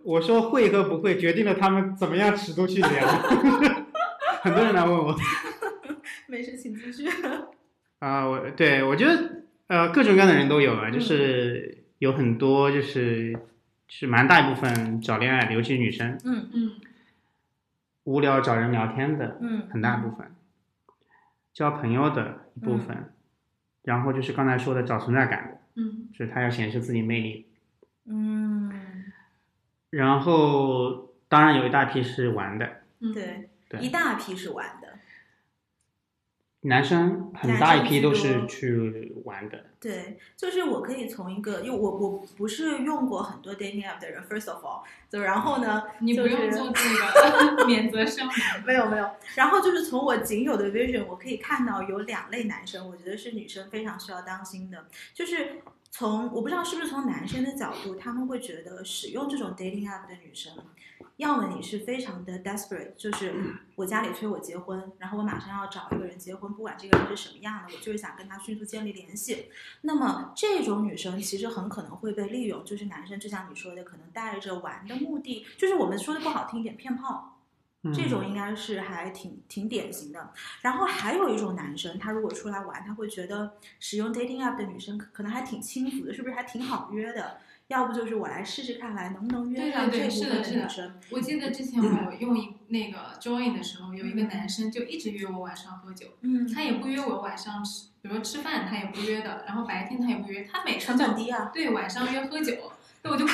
我说会和不会决定了他们怎么样尺度去聊。 <laughs> 很多人来问我没事，请继续。啊、我对我觉得呃各种各样的人都有啊，嗯就是有很多就是就是蛮大一部分找恋爱的，尤其是女生嗯嗯，无聊找人聊天的 <laughs> 嗯很大一部分，交朋友的一部分，然后就是刚才说的找存在感的，嗯就是他要显示自己魅力。嗯，然后当然有一大批是玩的，嗯，，对，对一大批是玩的，男生很大一批都是去玩的，对，就是我可以从一个，因为我我不是用过很多 dating app 的人，first of all，就然后呢，你不就用是做这 <laughs> 个免责声明，没有没有，然后就是从我仅有的 vision，我可以看到有两类男生，我觉得是女生非常需要当心的，就是从我不知道是不是从男生的角度，他们会觉得使用这种 dating app 的女生，要么你是非常的 desperate，就是我家里催我结婚，然后我马上要找一个人结婚，不管这个人是什么样的，我就是想跟他迅速建立联系。那么这种女生其实很可能会被利用，就是男生就像你说的，可能带着玩的目的，就是我们说的不好听一点，骗炮。嗯这种应该是还挺挺典型的。然后还有一种男生，他如果出来玩，他会觉得使用 dating app 的女生可可能还挺轻浮的，是不是还挺好约的？要不就是我来试试看，来能不能约对上对这对部是分的是的嗯女生？我记得之前我用一那个 Join 的时候，有一个男生就一直约我晚上喝酒，嗯，他也不约我晚上吃，比如说吃饭他也不约的，然后白天他也不约，他每成天本就低啊，对晚上约喝酒，那我就不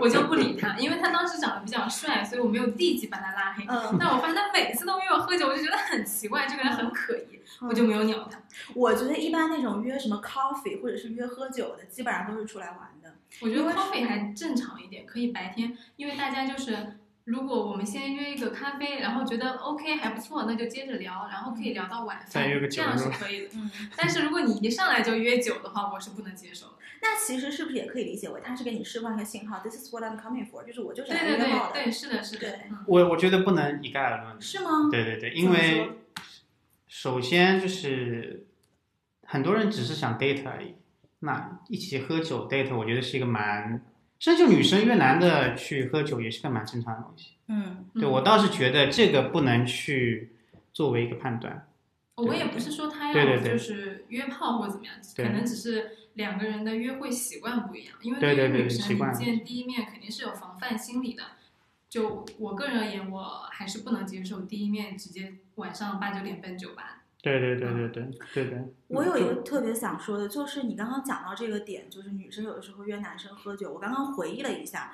我就不 <laughs> 理他，因为他当时长得比较帅，所以我没有立即把他拉黑。嗯，但我发现他每次都约我喝酒，我就觉得很奇怪，这个人很可疑，我就没有鸟他。嗯我觉得一般那种约什么 coffee 或者是约喝酒的，基本上都是出来玩的。我觉得 coffee 还正常一点，可以白天，因为大家就是，如果我们先约一个咖啡，然后觉得 OK 还不错，那就接着聊，然后可以聊到晚再饭约个，这酒样是是吧可以的。嗯，但是如果你一上来就约酒的话，我是不能接受的。那其实是不是也可以理解为他是给你释放一个信号？This is what I'm coming for，就是我就是对来对约炮对的，对，是的，是的对，嗯，我我觉得不能一概而论。是吗？对对对，怎因么为说首先就是很多人只是想 date 而已，那一起喝酒 date，我觉得是一个蛮，甚至就女生越南的去喝酒也是个蛮正常的东西。嗯对嗯我倒是觉得这个不能去作为一个判断。我也不是说他对对要对就是约炮或者怎么样，可对能只是两个人的约会习惯不一样。因为对对于对女习生，惯你见第一面肯定是有防范心理的。就我个人而言，我还是不能接受第一面直接晚上八九点奔酒吧。对对对对对对对。啊我有一嗯就个特别想说的，就是你刚刚讲到这个点，就是女生有的时候约男生喝酒。我刚刚回忆了一下，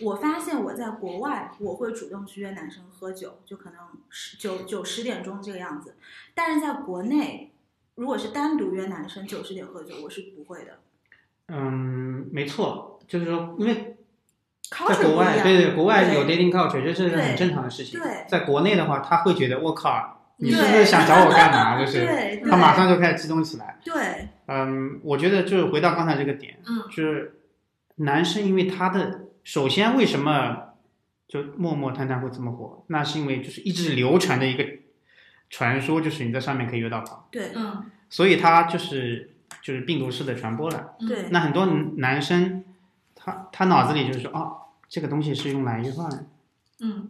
我发现我在国外我会主动去约男生喝酒，就可能十九九十点钟这个样子。但是在国内，如果是单独约男生九十点喝酒，我是不会的。嗯，没错，就是说，因为 culture 在国不一外，样对对，国外对有 dating culture，这是很正常的事情。对在国内的话，他会觉得我靠，你是不对是想找我干嘛？就是对对他马上就开始激动起来。对嗯，我觉得就是回到刚才这个点，嗯就是男生因为他的首先为什么就默默探探会这么火，那是因为就是一直流传的一个传说，就是你在上面可以约到炮，对嗯所以他就是就是病毒式的传播了。嗯对那很多男生他他脑子里就是说，哦，这个东西是用来约炮的。嗯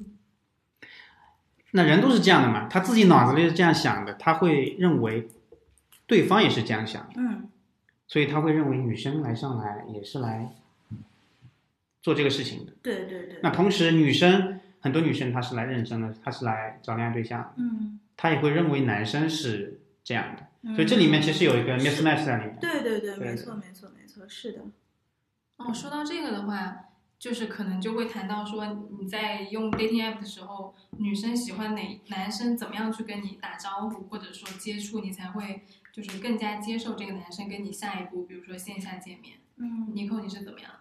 那人都是这样的嘛，他自己脑子里是这样想的，他会认为对方也是这样想的。嗯所以他会认为女生来上来也是来做这个事情的。对对对，那同时，女生很多女生她是来认真的，她是来找恋爱对象，嗯，她也会认为男生是这样的。嗯所以这里面其实有一嗯个 mismatch 在里面。对对对，对没对错没错没错，是的，哦，说到这个的话，就是可能就会谈到说你在用 dating app 的时候，女生喜欢哪男生，怎么样去跟你打招呼，或者说接触，你才会就是更加接受这个男生跟你下一步，比如说线下见面。嗯。尼寇，你是怎么样？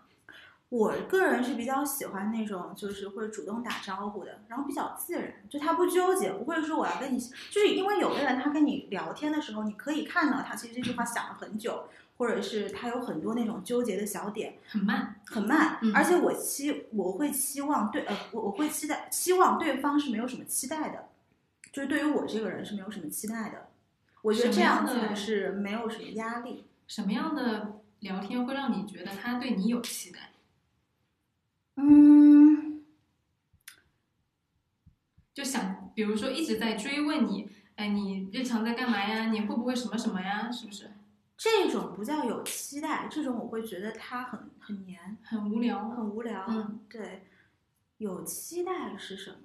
我个人是比较喜欢那种就是会主动打招呼的，然后比较自然，就他不纠结，不会说我要跟你，就是因为有的人他跟你聊天的时候，你可以看到他其实这句话想了很久，或者是他有很多那种纠结的小点，很慢，很慢嗯，而且我期我会期望对呃我我会期待期望对方是没有什么期待的，就是对于我这个人是没有什么期待的，我觉得这样什么样的才是没有什么压力。什么样的聊天会让你觉得他对你有期待？嗯，就想，比如说一直在追问你，哎，你日常在干嘛呀？你会不会什么什么呀？是不是这种不叫有期待，这种我会觉得他很很黏。很无聊？很无聊。嗯，对，有期待是什么？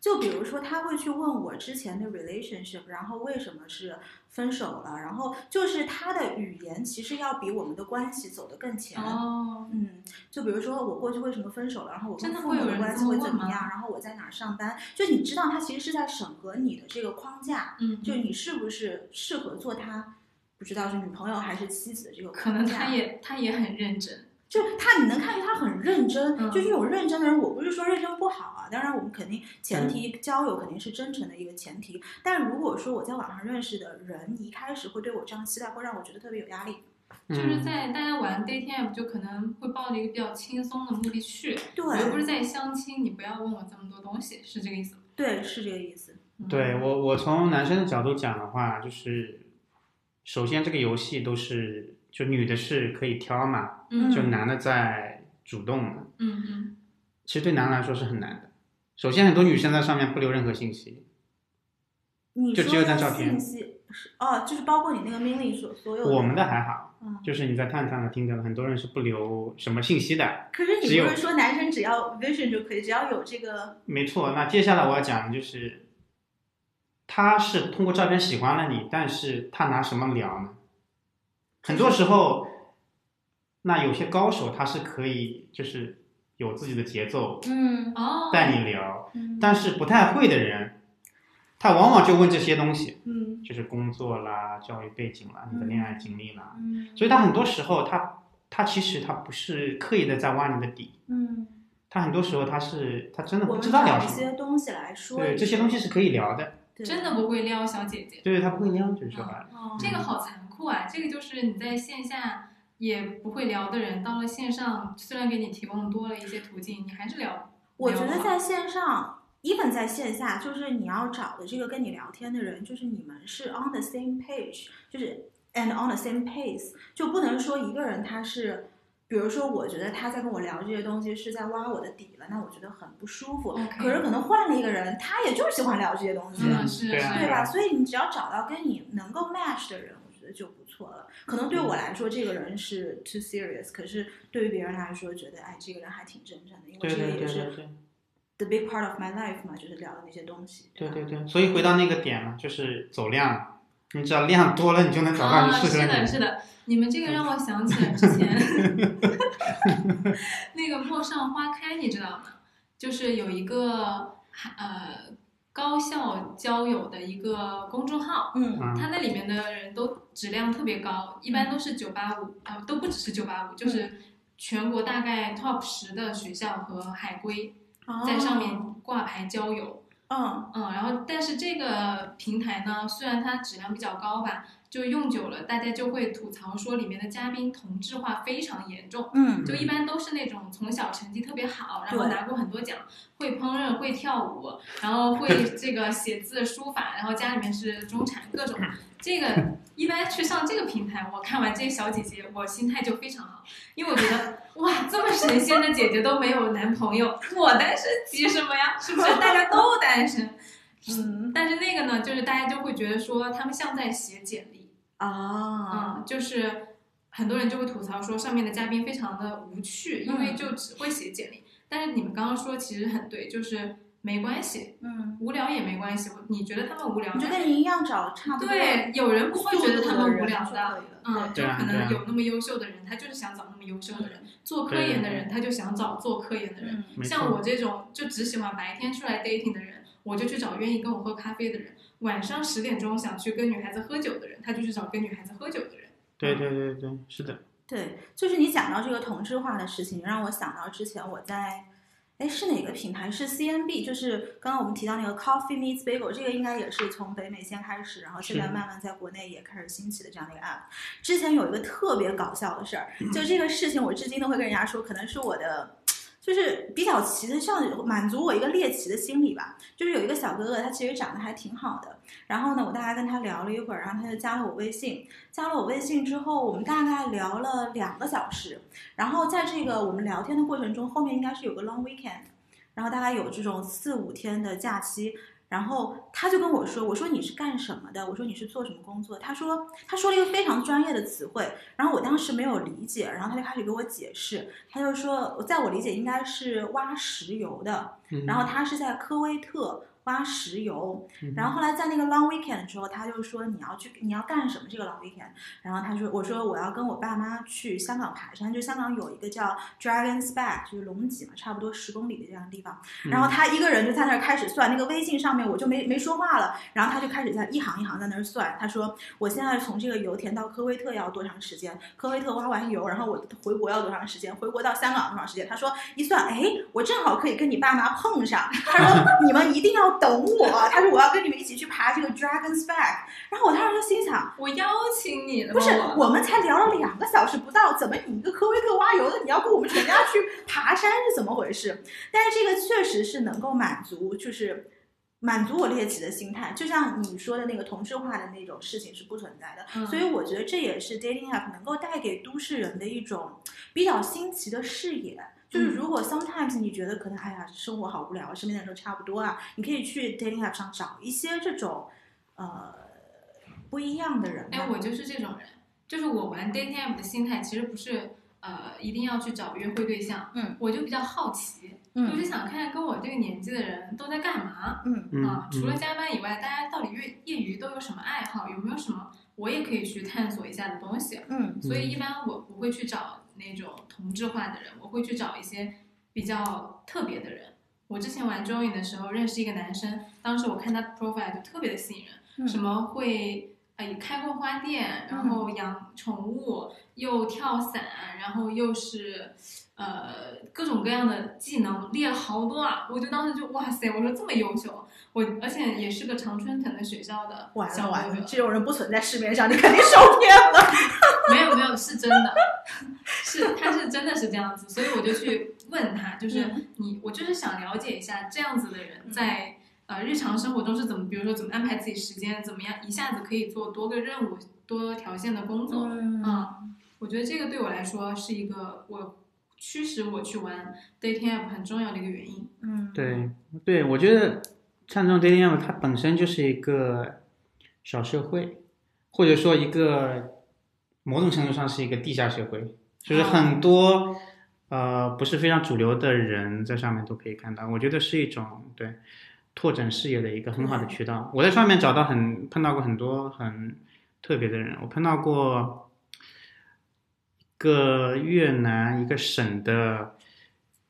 就比如说，他会去问我之前的 relationship，然后为什么是分手了，然后就是他的语言其实要比我们的关系走得更前。哦，嗯，就比如说我过去为什么分手了，然后我跟真的父会有母的人关这系么会问怎么吗样，然后我在哪儿上班，就你知道他其实是在审核你的这个框架，嗯，就你是不是适合做他不知道是女朋友还是妻子的这个可框架。能他也他也很认真，就他，你能看出他很认真，嗯就这种认真的人，我不是说认真不好啊，当然我们肯定前提交友肯定是真诚的一个前提，但如果说我在网上认识的人，你一开始会对我这样期待，会让我觉得特别有压力。就嗯是在大家玩 dating app 就可能会抱着一个比较轻松的目的去，我又不对，是在相亲，你不要问我这么多东西，是这个意思吗？对，是这个意思。嗯对，我，我从男生的角度讲的话，就是首先这个游戏都是就女的是可以挑嘛，嗯就男的在主动嘛，嗯嗯，其实对男的来说是很难的。首先，很多女生在上面不留任何信息，你就说只有的张照片信息是哦，就是包括你那个命令所所有我们的还好，嗯，就是你在探探和听着，很多人是不留什么信息的。可是只你有不是说男生只要 vision 就可以，只要有这个，没错，那接下来我要讲的就是，他是通过照片喜欢了你，但是他拿什么聊呢？很多时候，那有些高手他是可以就是有自己的节奏嗯哦，带你聊，嗯，但是不太会的人，他往往就问这些东西，嗯就是工作啦、教育背景啦、你的恋爱经历啦，嗯，所以他很多时候他他其实他不是刻意的在挖你的底，嗯，他很多时候他是他真的我不们知道聊找一什么，些东西来说一对下，这些东西是可以聊的。对真的不会撩小姐姐，对他不一样，就是说白了，哦这个好残酷啊！这个就是你在线下也不会聊的人，到了线上，虽然给你提供多了一些途径，你还是聊。我觉聊得不在好线上，even 在线下，就是你要找的这个跟你聊天的人，就是你们是 on the same page，就是 and on the same pace，就不能说一个人他是。比如说，我觉得他在跟我聊这些东西是在挖我的底了，那我觉得很不舒服。 OK 可是可能换了一个人，他也就是喜欢聊这些东西，嗯是对啊是对吧？啊所以你只要找到跟你能够 match 的人，我觉得就不错了。可能对我来说，这个人是 too serious，可是对于别人来说，觉得哎，这个人还挺真诚的，因为对这个对也对是对对 the big part of my life 嘛，就是聊的那些东西。对吧对对，所以回到那个点嘛，就是走量，你只要量多了，你就能找到啊，你 <laughs> 适是合的，你。是的，你们这个让我想起了之前 <laughs> 那个《陌上花开》，你知道吗？就是有一个呃高校交友的一个公众号，嗯嗯，它那里面的人都质量特别高，一般都是九八五，呃，都不只是九八五，就是全国大概 top 十的学校和海归在上面挂牌交友。哦，嗯，然后但是这个平台呢，虽然它质量比较高吧，就用久了，大家就会吐槽说里面的嘉宾同质化非常严重。嗯就一般都是那种从小成绩特别好，然后对拿过很多奖，会烹饪、会跳舞，然后会这个写字、书法，然后家里面是中产，各种这个一般去上这个平台，我看完这些小姐姐，我心态就非常好，因为我觉得哇，这么神仙的姐姐都没有男朋友，我单身急什么呀？是不是大家都单身？嗯但是那个呢，就是大家就会觉得说他们像在写简历，啊，嗯，就是很多人就会吐槽说上面的嘉宾非常的无趣，因为嗯就只会写简历。但是你们刚刚说其实很对，就是没关系，嗯，无聊也没关系。你觉得他们无聊你就，跟你一样找差不多对，有人不会觉得他们无聊速度的。人就可以了嗯，就对啊可对啊能有那么优秀的人，他就是想找那么优秀的人；做科对研的人，他就想找做科研的人。嗯没像错，我这种就只喜欢白天出来 dating 的人，我就去找愿意跟我喝咖啡的人；晚上十点钟想去跟女孩子喝酒的人，他就去找跟女孩子喝酒的人。对对对对，是的，对，就是你讲到这个同质化的事情，让我想到之前我在。哎，是哪个平台？是 CNB，就是刚刚我们提到那个 Coffee Meets Bagel，这个应该也是从北美先开始，然后现在是慢慢在国内也开始兴起的这样的一个 app。之前有一个特别搞笑的事儿，就这个事情，我至今都会跟人家说，可能是我的，就是比较奇的，像满足我一个猎奇的心理吧。就是有一个小哥哥，他其实长得还挺好的，然后呢，我大概跟他聊了一会儿，然后他就加了我微信。加了我微信之后，我们大概聊了两个小时，然后在这个我们聊天的过程中，后面应该是有个 long weekend，然后大概有这种四五天的假期。然后他就跟我说：“我说你是干什么的？我说你是做什么工作？”他说他说了一个非常专业的词汇，然后我当时没有理解，然后他就开始给我解释，他就说，在我理解应该是挖石油的，嗯然后他是在科威特挖石油。然后后来在那个 long weekend 的时候，他就说你要去你要干什么这个 long weekend？然后他说我说我要跟我爸妈去香港爬山，就香港有一个叫 Dragon's Back，就是龙脊嘛，差不多十公里的这样的地方。然后他一个人就在那儿开始算，那个微信上面我就没没说话了，然后他就开始在一行一行在那儿算。他说我现在从这个油田到科威特要多长时间？科威特挖完油，然后我回国要多长时间？回国到香港多长时间？他说一算，哎，我正好可以跟你爸妈碰上。他说你们一定要等我，他说我要跟你们一起去爬这个 Dragon's Back。然后我当时就心想。我邀请你了吗，不是，我们才聊了两个小时不到，怎么你一个科威特挖油的，你要跟我们全家去爬山是怎么回事？但是这个确实是能够满足，就是满足我猎奇的心态。就像你说的那个同质化的那种事情是不存在的，嗯所以我觉得这也是 dating app 能够带给都市人的一种比较新奇的视野。就是如果 sometimes 你觉得可能哎呀生活好无聊，身边的人都差不多啊，你可以去 dating app 上找一些这种呃不一样的人啊吧。哎，我就是这种人，就是我玩 dating app 的心态其实不是呃一定要去找约会对象，嗯，我就比较好奇，我就想看看跟我这个年纪的人都在干嘛、嗯。嗯啊，，除了加班以外，大家到底业业余都有什么爱好，有没有什么我也可以去探索一下的东西。嗯所以一般我不会去找那种同质化的人，我会去找一些比较特别的人。我之前玩 Join 的时候认识一个男生，当时我看他的 profile 就特别的吸引人，嗯什么会呃开过花店，然嗯后养宠物，又跳伞，然后又是呃各种各样的技能列好多啊！我就当时就哇塞，我说这么优秀，我而且也是个常春藤的学校的完小了完哥哥，了，这种人不存在市面上，你 <laughs> 肯定受骗了。没有没有，是真的，是他是真的是这样子，所以我就去问他，就是你，我就是想了解一下这样子的人嗯在呃日常生活中是怎么，比如说怎么安排自己时间，怎么样一下子可以做多个任务、多条线的工作。嗯啊，我觉得这个对我来说是一个我驱使我去玩 dating app 很重要的一个原因。嗯，对对，我觉得像这种 dating app，它本身就是一个小社会，或者说一个某种程度上是一个地下社会，就是很多、呃不是非常主流的人在上面都可以看到。我觉得是一种对拓展视野的一个很好的渠道。我在上面找到很碰到过很多很特别的人，我碰到过一个越南一个省的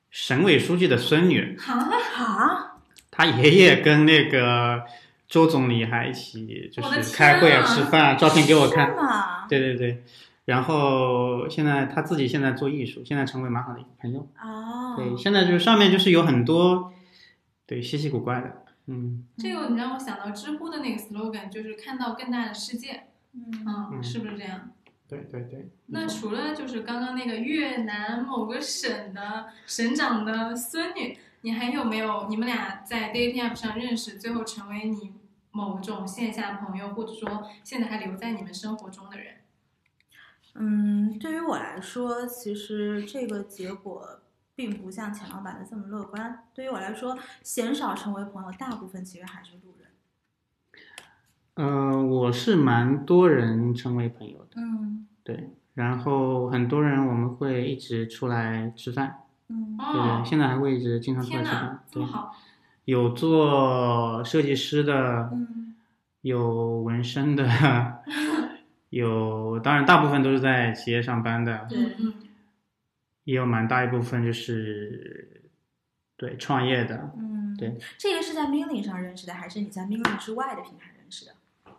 省委书记的孙女。哈，啊，他爷爷跟那个周总理还一起就我的是天开会啊、啊吃饭啊，照片给我看是。吗？对对对，然后现在他自己现在做艺术，现在成为蛮好的朋友。哦，对，现在就是上面就是有很多对稀奇古怪的，嗯这个你让我想到知乎的那个 slogan，就是看到更大的世界。嗯，嗯，嗯是不是这样？对对对。那除了就是刚刚那个越南某个省的省长的孙女，你还有没有你们俩在 dating app 上认识，最后成为你某种线下朋友，或者说现在还留在你们生活中的人？嗯，对于我来说，其实这个结果并不像钱老板的这么乐观。对于我来说，鲜少成为朋友，大部分其实还是路人。呃，我是蛮多人成为朋友的，嗯对。然后很多人我们会一直出来吃饭，嗯对，哦，现在还会一直经常出来天吃哪饭，，这对么。好！有做设计师的，嗯有纹身的， <laughs> 有当然大部分都是在企业上班的，对嗯嗯，也有蛮大一部分就是对创业的。嗯，对，这个是在 Mingling 上认识的，还是你在 Mingling 之外的平台认识的？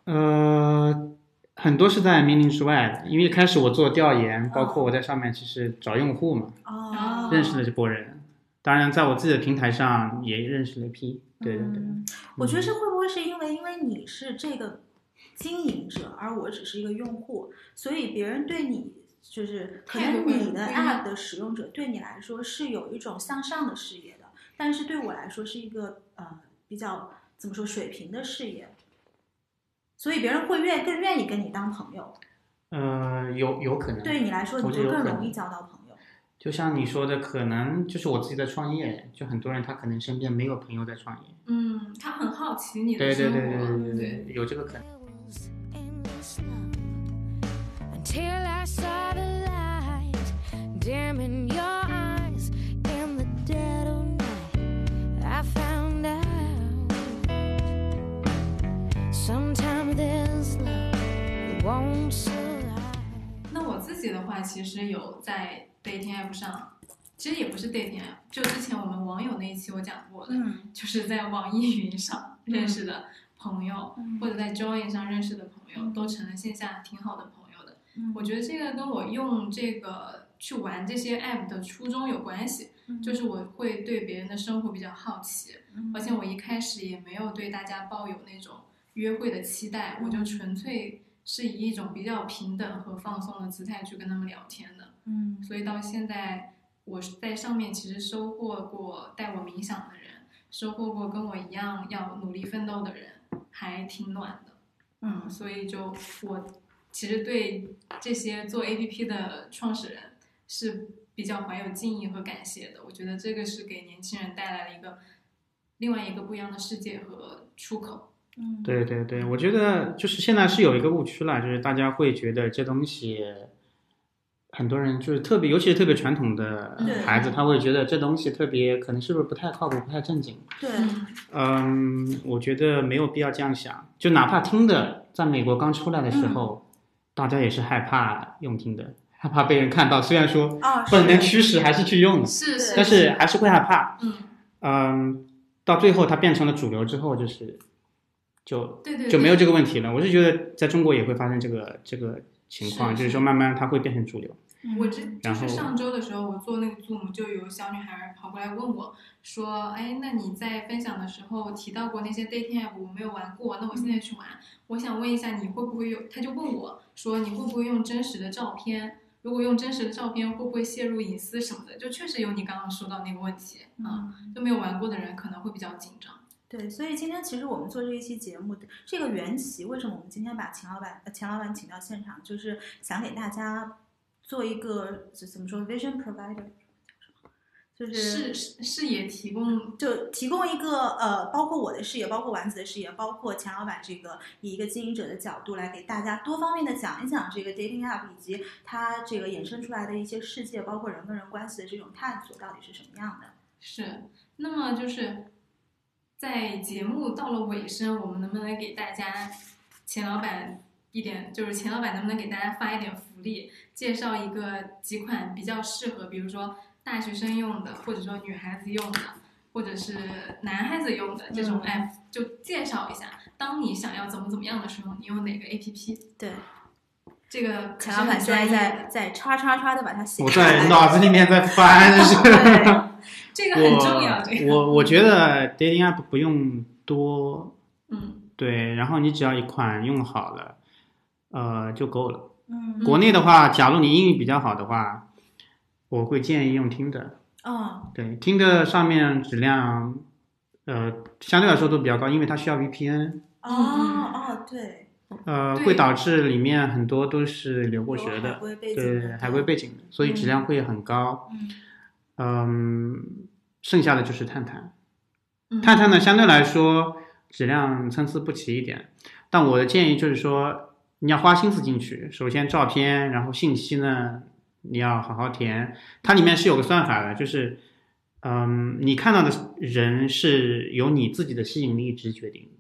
呃，很多是在命令之外的，因为一开始我做调研，包括我在上面其实找用户嘛，哦，认识了这波人。当然，在我自己的平台上也认识了一批。对对对，嗯我觉得这会不会是因为因为你是这个经营者，而我只是一个用户，所以别人对你就是可态度能会你的不一样 app 的使用者对你来说是有一种向上的视野的，但是对我来说是一个呃比较怎么说水平的视野，所以别人会愿更愿意跟你当朋友，呃，有有可能。对你来说我你觉得就有更可容能易交到朋友。就像你说的，可能就是我自己在创业，就很多人他可能身边没有朋友在创业。嗯，他很好奇你的对对生活，对对嗯对对，有这个可能。 There was endless love until I saw the light dim in your eyes in the dead of night. I found out so right. 那我自己的话，其实有在 dating app 上，其实也不是 dating app，就之前我们网友那一期我讲过的，嗯就是在网易云上认识的朋友，嗯或者在 Join 上认识的朋友，嗯都成了线下挺好的朋友的。嗯我觉得这个跟我用这个去玩这些 app 的初衷有关系，就是我会对别人的生活比较好奇，嗯而且我一开始也没有对大家抱有那种约会的期待，我就纯粹是以一种比较平等和放松的姿态去跟他们聊天的。嗯所以到现在，我是在上面其实收获过带我冥想的人，收获过跟我一样要努力奋斗的人，还挺暖的。嗯所以就我其实对这些做 APP 的创始人是比较怀有敬意和感谢的。我觉得这个是给年轻人带来了一个另外一个不一样的世界和出口。嗯对对对，我觉得就是现在是有一个误区啦，就是大家会觉得这东西，很多人就是特别，尤其是特别传统的对孩子，他会觉得这东西特别可能是不是不太靠谱、不太正经。对嗯嗯，我觉得没有必要这样想，就哪怕听的在美国刚出来的时嗯候，大家也是害怕用听的，害怕被人看到，虽然说啊本能是驱使还是去用的，是对但是是还是会害怕。嗯，嗯，到最后它变成了主流之后，就是就对对，就没有对这个问题了。我是觉得在中国也会发生这个这个情况，是就是说慢慢它会变成主 <laughs> 流。嗯我之就然后是上周的时候，我做那个 Zoom，就有小女孩跑过来问我说：“哎，那你在分享的时候提到过那些 dating app，我没有玩过，那我现在去玩，我想问一下你会不会用？”她就问我说：“你会不会用真实的照片？如果用真实的照片，会不会泄露隐私什么的？”就确实有你刚刚说到那个问题啊，嗯就没有玩过的人可能会比较紧张。对，所以今天其实我们做这一期节目，这个缘起，为什么我们今天把钱老板、呃钱老板请到现场，就是想给大家做一个就怎么说 vision provider，就是视视视野提供就提供一个呃，包括我的视野，包括丸子的视野，包括钱老板这个以一个经营者的角度来给大家多方面的讲一讲这个 dating app 以及它这个衍生出来的一些世界，包括人跟人关系的这种探索到底是什么样的。是，那么就是在节目到了尾声，我们能不能给大家钱老板一点，就是钱老板能不能给大家发一点福利，介绍一个几款比较适合，比如说大学生用的，或者说女孩子用的，或者是男孩子用的这种嗯 app，、就介绍一下。当你想要怎么怎么样的时候，你用哪个 app？对，这个可是钱老板很现专在业在的，在叉叉叉的把它写我出来在。脑子里面在翻，是对这个很重要，这我个我我觉得 dating app 不用多，嗯对，然后你只要一款用好了，呃就够了。 <laughs> 嗯国内的话，假如你英语比较好的话，我会建议用听的。嗯对，听的上面质量，呃，相对来说都比较高，因为它需要 VPN，嗯哦哦对，呃，对会导致里面很多都是留过学有的海，归背景的对，海归背景的，所以质量会很高。嗯嗯，剩下的就是探探，嗯，探探呢相对来说质量参差不齐一点，但我的建议就是说，你要花心思进去，首先照片，然后信息呢你要好好填，它里面是有个算法的，就是。嗯，你看到的人是由你自己的吸引力值决定的，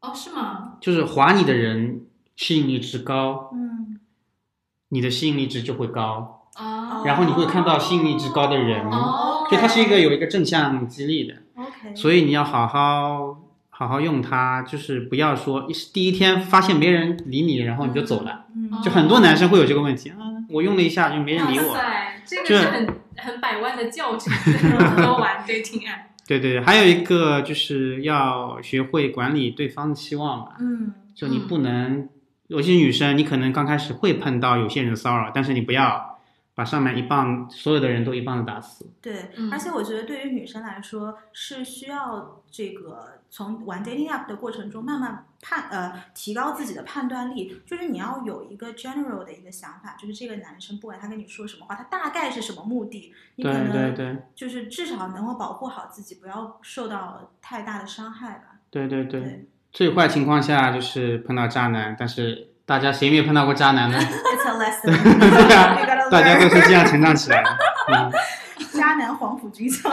哦是吗？就是划你的人吸引力值高，嗯你的吸引力值就会高，哦，然后你会看到吸引力值高的人，哦，就它是一嗯个有一个正向激励的， OK，所以你要好好好好用它，就是不要说一第一天发现没人理你，然后你就走了，嗯哦就很多男生会有这个问题，啊，我用了一下就没人理哇我，塞，这个就是很很百万的教程，都玩 dating app。对对，对还有一个就是要学会管理对方的期望吧，嗯就你不能，尤其是女生，你可能刚开始会碰到有些人的骚扰，但是你不要把上面一棒所有的人都一棒子打死。对，嗯而且我觉得对于女生来说是需要这个从玩 dating app 的过程中慢慢判呃提高自己的判断力，就是你要有一个 general 的一个想法，就是这个男生不管他跟你说什么话，他大概是什么目的，你可对对能对就是至少能够保护好自己，不要受到太大的伤害吧。对对对，对，最坏情况下就是碰到渣男，但是大家谁没碰到过渣 <laughs> 男呢？啊 It's a <laughs> lesson. <laughs> You gotta 大家 learn. 都是这样成长起来的。嗯，渣男黄埔军校。 <laughs>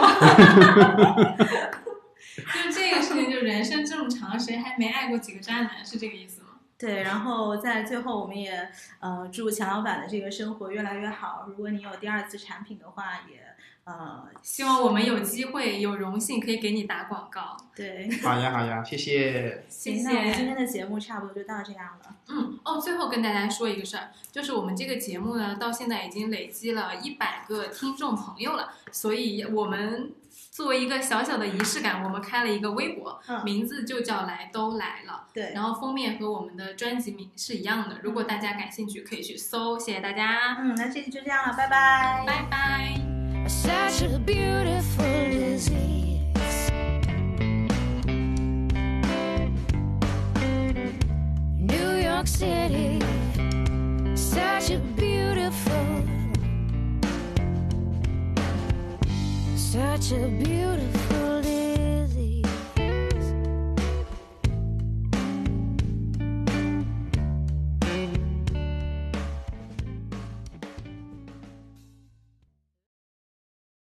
就这个事情，就人生这么长，谁还没爱过几个渣男？是这个意思吗？对，然后在最后，我们也呃祝钱老板的这个生活越来越好。如果你有第二次产品的话，也呃希望我们有机会、有荣幸可以给你打广告。对。好呀好呀，谢谢。谢行那我们今谢。天的节目差不多就到这样了。嗯，哦，最后跟大家说一个事儿，就是我们这个节目呢，到现在已经累积了一百个听众朋友了，所以我们作为一个小小的仪式感，我们开了一个微博，嗯，名字就叫“来都来了”。对，然后封面和我们的专辑名是一样的，如果大家感兴趣，可以去搜。谢谢大家，嗯，那这期就这样了，拜拜。拜拜。 such a beautiful disease. New York City, such a beautiful, such a beautiful.